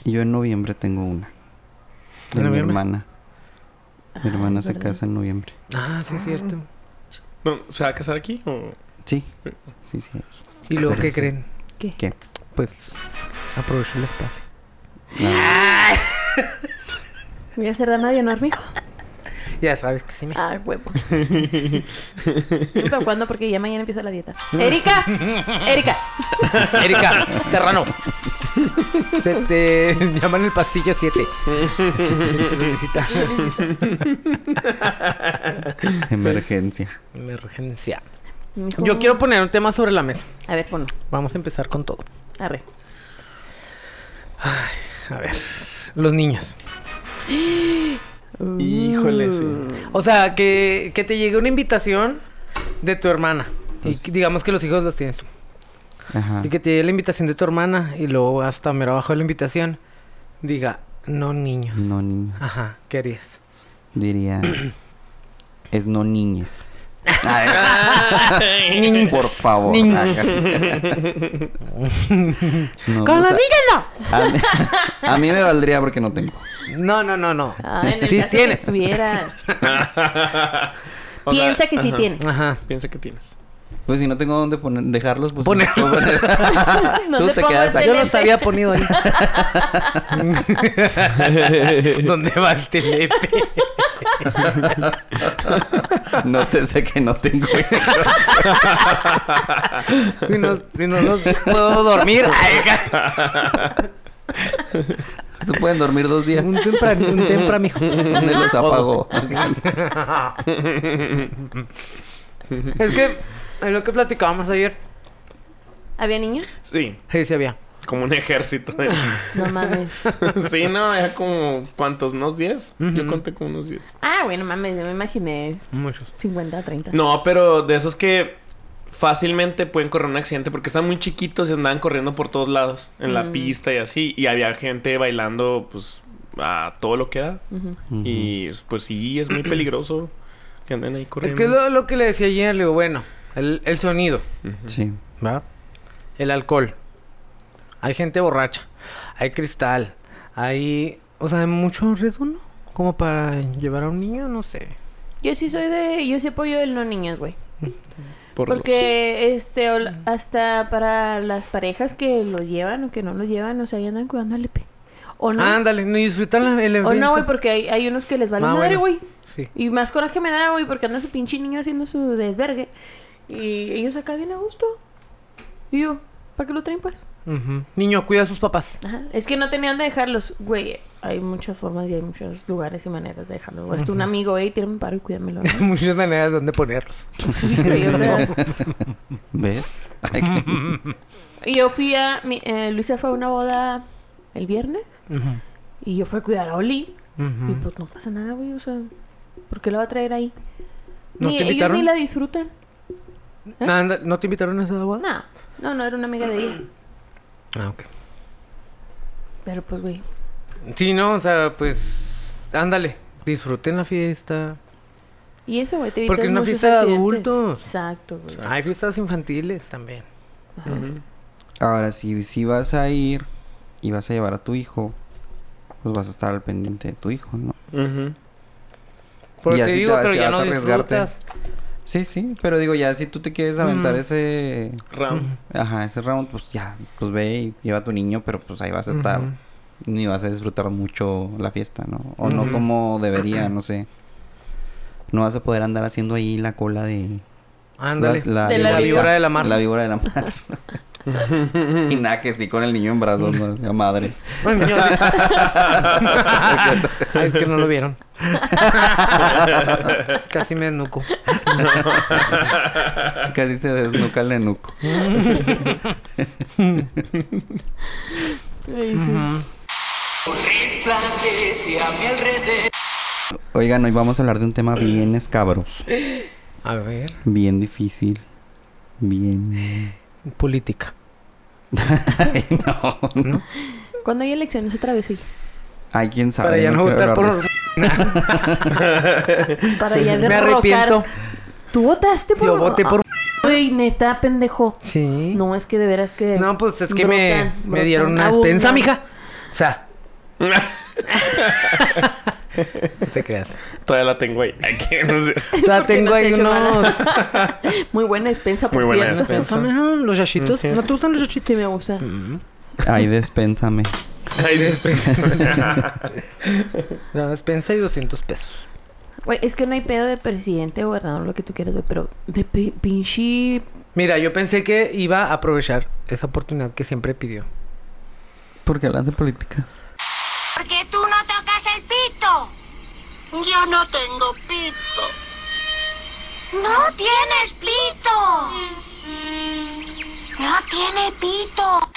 S2: Y yo en noviembre tengo una. De
S3: ¿En
S2: mi
S3: noviembre?
S2: hermana. Mi hermana se
S4: ¿verdad?
S2: casa en noviembre.
S3: Ah, sí, es cierto.
S6: No, ¿Se va a casar aquí o...?
S2: Sí. Sí, sí.
S3: ¿Y luego
S2: Pero
S3: qué
S2: sí.
S3: creen?
S4: ¿Qué?
S3: [LAUGHS]
S2: ¿Qué?
S3: Pues aprovecho el espacio.
S4: Voy a hacer dama de
S3: [LAUGHS]
S4: honor, mijo.
S3: Ya sabes que sí me.
S4: Ah,
S3: [LAUGHS]
S4: huevo. ¿Pero cuándo? Porque ya mañana empiezo la
S3: [LAUGHS]
S4: dieta. ¡Erika! ¡Erika!
S3: Erika Serrano. Se te [LAUGHS] llaman el pasillo 7.
S2: [LAUGHS] Emergencia.
S3: Emergencia.
S4: Mijo.
S3: Yo quiero poner un tema sobre la mesa.
S4: A ver, ponlo.
S3: Vamos a empezar con todo.
S4: Arre.
S3: A ver. Los [GASPS] niños.
S6: Híjole, sí.
S3: O sea, que, que te llegue una invitación de tu hermana. y que- digamos que los hijos los tienes tú.
S2: Ajá.
S3: Y que te llegue la invitación de tu hermana y luego hasta mero abajo de la invitación diga, no niños.
S2: No niña.
S3: Ajá, ¿qué harías?
S4: [CLEARS THROAT]
S2: Diría. es no
S4: [LAUGHS]
S2: niñes. Ay, Por favor. Ah,
S3: Niñes.
S4: [LAUGHS]
S2: No,
S3: ¡Con
S2: o
S3: los
S2: sea,
S3: niños no!
S2: A mí, a mí me valdría porque no tengo.
S3: No, no, no, no.
S4: Ah, en el
S3: Sí
S4: caso
S3: tienes.
S4: que estuvieras.
S6: [LAUGHS] O sea,
S4: Piensa que sí
S6: ajá,
S4: tiene.
S3: Ajá.
S6: Piensa que tienes.
S2: Pues si no tengo dónde poner, dejarlos, pues.
S3: Poner-
S2: puedo
S4: [LAUGHS]
S2: poner-
S4: No
S2: Tú
S4: te
S2: te
S4: pongo
S2: quedas
S4: el
S2: ahí.
S3: Yo los
S4: Lente.
S3: había ponido [LAUGHS] ahí. ¿Dónde va este lepe?
S2: [LAUGHS] No te sé que no tengo.
S3: Si no, si no los puedo dormir. Ay, ca-
S2: Se pueden dormir dos días.
S3: un tempra, un tempra, mijo.
S2: ¿Dónde los
S4: [LAUGHS]
S2: apago?
S3: Es que es lo que platicábamos ayer.
S4: ¿Había niños?
S6: Sí,
S3: Sí, sí había.
S6: como un ejército de [LAUGHS] niños.
S4: No mames.
S6: sí, no, era como... ¿Cuántos? ¿Unos 10? Yo
S3: Ujú.
S6: conté como unos 10.
S4: Ah, bueno, mames, yo me imaginé
S3: Muchos.
S4: 50, 30.
S6: No, pero de esos que fácilmente pueden correr un accidente porque están muy chiquitos y andaban corriendo por todos lados en la
S4: Mm.
S6: pista y así. Y había gente bailando, pues, a todo lo que da.
S4: Ujú.
S6: Y pues sí, es [CLEARS THROAT] muy peligroso que anden ahí
S3: Es
S6: corriendo.
S3: que es lo, lo que le decía ayer, le digo, bueno, el, el sonido,
S2: Sí.
S3: el alcohol. Hay gente borracha. hay cristal, hay... O sea, hay mucho riesgo, ¿no? Como para llevar a un niño, no sé.
S4: Yo sí soy de. Yo sí apoyo el no niños, güey. Porque este ol- hasta para las parejas que los llevan o que no los llevan, o sea, ahí andan cuidando al EP. O no.
S6: Ah,
S3: Ándale, no disfrutan la- el evento.
S4: o no, güey, porque hay, hay unos que les vale
S3: Ah,
S4: madre,
S3: bueno.
S4: güey.
S3: Sí.
S4: Y más coraje me da, güey, porque anda su pinche niño haciendo su desvergue. Y ellos acá bien a gusto. Y yo, ¿para qué lo traen, pues?
S3: Ujú. Niño, cuida a sus papás. [LAUGHS]
S4: Ajá. Es que no tenía dónde dejarlos. Güey, hay muchas formas y hay muchos lugares y maneras de dejarlos. Güey, Hasta un
S3: Ujú.
S4: amigo, güey, tírame un paro y cuídamelo. ¿no?
S3: [LAUGHS] Muchas maneras donde ponerlos.
S4: Sí, o sea.
S2: [LAUGHS] ¿Ves?
S4: Y yo fui a. mi- eh, Luisa fue a una boda el viernes.
S3: Ujú.
S4: Y yo fui a cuidar a Oli.
S3: Ujú.
S4: Y pues no pasa nada, güey. O sea, ¿por qué la va a traer ahí?
S3: ¿No
S4: ni,
S3: te
S4: ellos
S3: invitaron?
S4: ni la disfrutan.
S3: Anda- ¿No te invitaron a esa boda?
S4: ¿eh? No, no, no, era una amiga de ella.
S3: Ah, ok.
S4: Pero pues, güey.
S3: Sí, no, o sea, pues... Ándale, disfruten la fiesta.
S4: Y eso, güey, te
S3: Porque
S4: evitas
S3: es una
S4: muchos
S3: fiesta de
S4: accidentes.
S3: adultos.
S4: Exacto, güey.
S3: Hay fiestas infantiles también. Ujú.
S2: Ahora, si, si vas a ir y vas a llevar a tu hijo, pues vas a estar al pendiente de tu hijo, ¿no? Y
S3: Porque te
S2: así te
S3: digo,
S2: vas-
S3: pero
S2: te
S3: ya
S2: vas
S3: no
S2: a arriesgarte.
S3: disfrutas.
S2: Sí, sí, pero digo, ya si tú te quieres aventar
S3: Mm.
S2: ese...
S6: Round.
S2: Ajá, ese round, pues ya, pues ve y lleva a tu niño, pero pues ahí vas a estar.
S3: Ujú.
S2: Ni vas a disfrutar mucho la fiesta, ¿no? O
S3: Ujú.
S2: no como debería, no sé. No vas a poder andar haciendo ahí la cola de...
S3: Ándale.
S2: las-
S3: De la
S2: víborita.
S3: víbora de la mar.
S2: La víbora de la
S3: [LAUGHS]
S2: mar. y nada, que sí, con el niño en brazos, ¿no?
S3: [LAUGHS]
S2: La madre.
S3: Ay, niño, sí. [LAUGHS] Ay, es que no lo vieron. Casi me desnuco.
S2: [LAUGHS] Casi se desnuca el nenuco.
S4: Ujú.
S2: Oigan, hoy vamos a hablar de un tema bien escabroso.
S3: A ver.
S2: Bien difícil. Bien. [LAUGHS]
S3: Política.
S2: Ay, no.
S4: Cuando hay elecciones otra vez, sí.
S2: Ay, quién sabe.
S3: Para ya no
S2: quiero
S3: votar
S2: hablar
S3: por-
S2: de eso.
S4: Para ya
S3: Me
S4: derrocar.
S3: arrepiento.
S4: ¿Tú votaste por Ah,
S3: Yo voté por-
S4: Güey, neta, pendejo.
S3: Sí.
S4: No, es que de veras que. [LAUGHS]
S3: No, pues es que me,
S4: brotan,
S3: me dieron una
S4: brotan,
S3: despensa,
S4: abundan.
S3: mija. O sea. no te creas.
S6: Todavía la tengo ahí. Ay, que no sé.
S3: La
S4: Porque
S3: tengo
S4: no
S3: ahí
S4: se ha hecho
S3: [LAUGHS] unos.
S4: nada. [LAUGHS] Muy buena despensa, por
S6: Muy buena
S4: cierto.
S6: despensa.
S3: Ah, Los yachitos.
S4: Ujú.
S3: ¿No te gustan los yachitos?
S4: [LAUGHS] Sí, me gusta.
S3: Mm.
S2: Ay, despénsame.
S6: Ay, despensa.
S3: La despensa y 200 pesos.
S4: Güey, es que no hay pedo de presidente, gobernador, lo que tú quieras, güey, pero de pi- pinche.
S3: Mira, yo pensé que iba a aprovechar esa oportunidad que siempre pidió.
S2: Porque hablan de política.
S9: Porque tú no tocas el pito. Yo no tengo pito. No tienes pito. No tiene pito.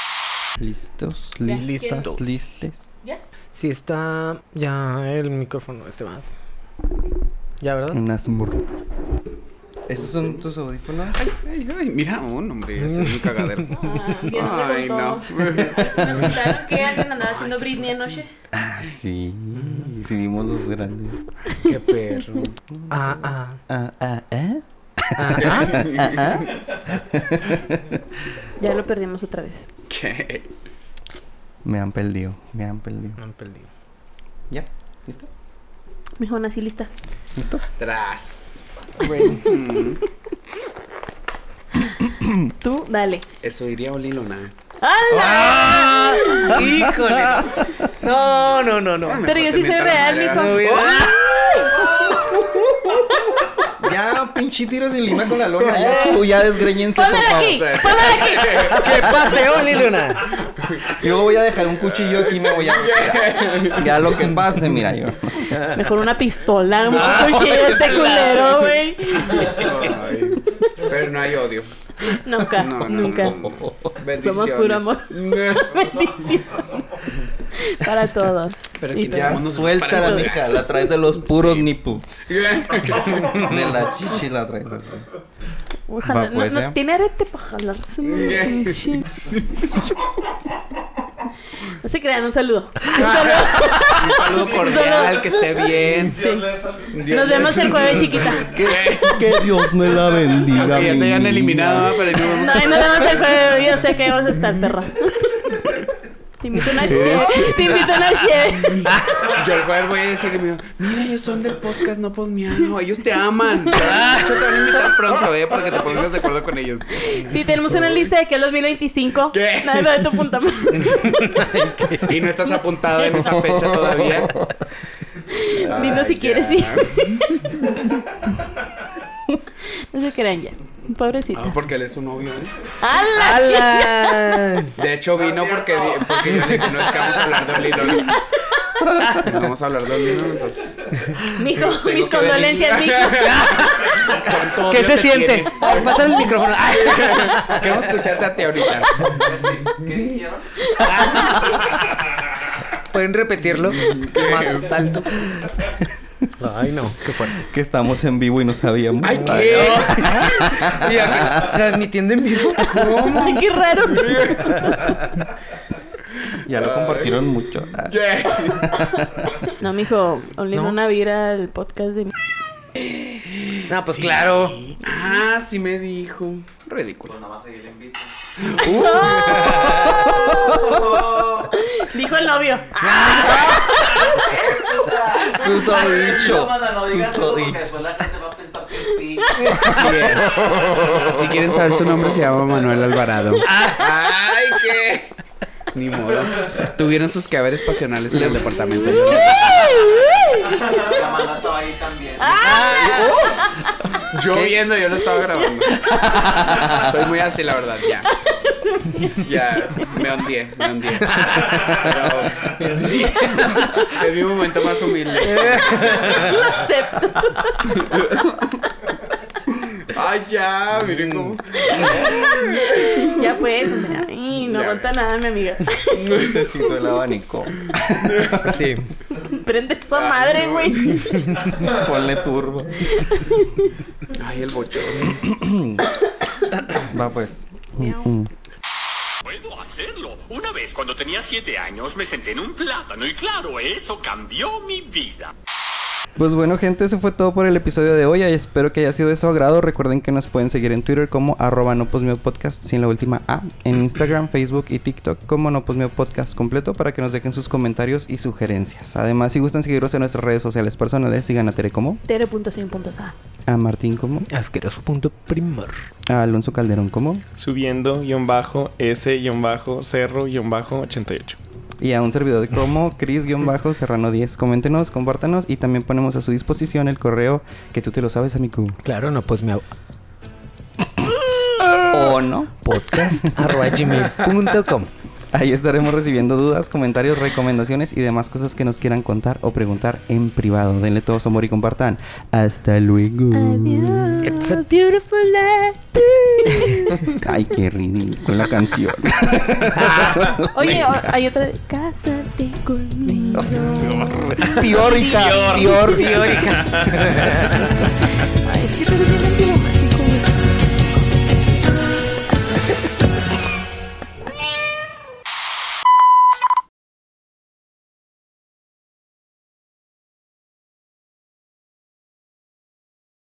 S2: Listos,
S3: Ya,
S2: listas,
S3: ¿quieres?
S2: listes.
S3: Si está ya el micrófono este más. Ya, ¿verdad?
S2: Unas mur- ¿Esos son tus audífonos?
S7: Ay, ay, mira, un hombre, ese es un cagadero.
S4: [LAUGHS]
S7: Ay, no.
S4: Nos contaron que alguien andaba haciendo Britney anoche.
S2: Ah, sí. Sí, vimos los grandes.
S7: Qué perro.
S3: Ah, ah.
S2: Ah, ah, ¿eh?
S3: Ah,
S2: ah, ah.
S4: Ya lo perdimos otra vez.
S7: [LAUGHS] ¿Qué?
S2: Me han perdido, me han perdido.
S3: Me han perdido.
S2: ¿Ya? ¿Listo?
S4: Mejor así lista.
S2: ¿Listo?
S7: Tras.
S4: Tú, dale.
S7: Eso diría Oli Lona.
S4: ¡Hala!
S3: ¡Híjole! No, no, no, no.
S4: Pero yo sí soy real, mijo.
S2: Ya, pinche tiro sin lima con la lona. Ya, Tú ya desgreñense, por
S4: ¡Pónmela
S2: favor.
S4: aquí!
S2: [LAUGHS]
S3: ¡Que pase, Oli Luna!
S2: Yo voy a dejar un cuchillo aquí, me
S7: [LAUGHS]
S2: voy a. Ya, ya lo que pase, mira, yo.
S4: Mejor una pistola, un
S2: Ah,
S4: cuchillo de este
S7: claro.
S4: culero, güey.
S7: [LAUGHS] Ay, pero no hay odio.
S4: Nunca,
S7: No, no,
S4: nunca.
S7: no.
S4: Somos puro
S7: Bendiciones.
S4: amor. [LAUGHS]
S7: [LAUGHS]
S4: Bendición. Para todos.
S7: Pero
S4: Y
S7: aquí
S4: todas.
S2: Ya,
S7: unos
S2: suelta la
S7: disparos.
S2: mija, la traes de los puros nipples. De la chichi la traes así.
S4: Ojalá-
S2: Va, pues,
S4: no,
S2: ¿eh?
S4: no tiene arete para
S7: [LAUGHS]
S4: jalarse. ¿no? Pinche. No se crean, un saludo. Un saludo.
S7: Un saludo cordial, que esté bien.
S4: [LAUGHS] Nos vemos el jueves, chiquita.
S2: Que, que Dios me la bendiga.
S7: Aunque ya
S2: mi
S7: te hayan
S2: niña.
S7: eliminado, pero ahí nos vemos.
S4: No, y nos vemos el jueves. Yo sé que vamos a estar, perra. Te invito a una cheve. Te invito a una cheve.
S7: Yo al cual voy a decirle, me digo, mira, ellos son del podcast, no posmeano, ellos te aman. De hecho, te van a invitar pronto, eh, para que te pongas de acuerdo
S4: [LAUGHS]
S7: con ellos.
S4: Sí, tenemos una lista de que el 2025. ¿Qué? Nada, de tu
S7: [LAUGHS]
S4: punta
S7: Y no estás apuntado en esa fecha todavía.
S4: Dinos si
S7: Ay,
S4: quieres
S7: ya.
S4: ir. no se crean ya. Pobrecita.
S7: Ah, porque él es su novio, ¿eh?
S4: ¡Hala!
S7: De hecho, vino porque, di- porque yo le dije, no es que vamos a hablar de un Lilo. No vamos a hablar de un Lilo, [LAUGHS] entonces.
S4: [LAUGHS] Mijo,
S7: Tengo
S4: mis
S7: que
S4: condolencias,
S7: [LAUGHS] venir.
S4: mijo.
S7: odio
S3: ¿Qué se
S7: te
S3: siente?
S7: tienes?
S3: Ay, pasa el micrófono. Ay.
S7: Queremos escucharte a ti ahorita.
S3: ¿Pueden
S7: [LAUGHS]
S3: repetirlo? Más alto.
S2: Ay, no, qué fuerte. Que estamos en vivo y no sabíamos. Ay,
S3: Y acá, Transmitiendo en vivo.
S4: Ay, qué raro.
S2: Ya lo compartieron mucho. Ah.
S4: No, mijo, oliendo
S3: ¿No?
S4: una vira al podcast de mi.
S3: No, pues claro.
S7: [LAUGHS] Ah, sí me dijo. Ridículo.
S4: [LAUGHS] Dijo el novio.
S2: [LAUGHS] Susodicho.
S7: Así es. Si quieren saber su nombre, se llama Manuel Alvarado. ¡Ay, qué! Ni modo. Tuvieron sus que haberes pasionales en el departamento. [LAUGHS] Yo viendo, yo lo estaba grabando. Soy muy así, la verdad, ya. Ya, me hundí, me hundí. Pero [LAUGHS] es mi momento más humilde.
S4: [LAUGHS]
S7: Ay, ya, Ah, miren cómo.
S4: ya pues, hombre. Ay, no
S2: Ya,
S4: aguanta nada, mi amiga. [LAUGHS]
S2: Necesito el abanico.
S3: Sí.
S4: Prende esa madre, güey.
S2: Ponle turbo.
S7: Ay, el bochón.
S2: Va pues.
S13: Puedo hacerlo. Una vez, cuando tenía siete años, me senté en un plátano y claro, eso cambió mi vida.
S2: Pues bueno, gente, eso fue todo por el episodio de hoy. Espero que haya sido de su agrado. Recuerden que nos pueden seguir en Twitter como arroba no Posmeo podcast sin la última A. En Instagram, Facebook y TikTok como no Posmeo podcast completo para que nos dejen sus comentarios y sugerencias. Además, si gustan seguirnos en nuestras redes sociales personales, sigan a Tere como,
S4: Tere.sin.sa.
S2: a Martín como,
S3: Asqueroso punto primor.
S2: a Alonso Calderón como
S6: Subiendo, guión bajo, S, guión bajo, cerro, guión bajo, 88.
S2: y a un servidor como Cris-Serrano10. Coméntenos, compártanos y también ponemos a su disposición el correo que tú te lo sabes, amigo.
S3: Claro, no pues me
S2: ¿O no?
S3: Podcast arroba gmail.com.
S2: Ahí estaremos recibiendo dudas, comentarios, recomendaciones y demás cosas que nos quieran contar o preguntar en privado. Denle todo su amor y compartan. Hasta luego.
S4: It's a beautiful
S2: [LAUGHS] Ay, qué ridícula la canción.
S4: Oye, o- hay otra. Cásate conmigo.
S2: Piórica,
S4: Pior.
S2: pior, piórica.
S4: Ay, es que tú eres bien mentira.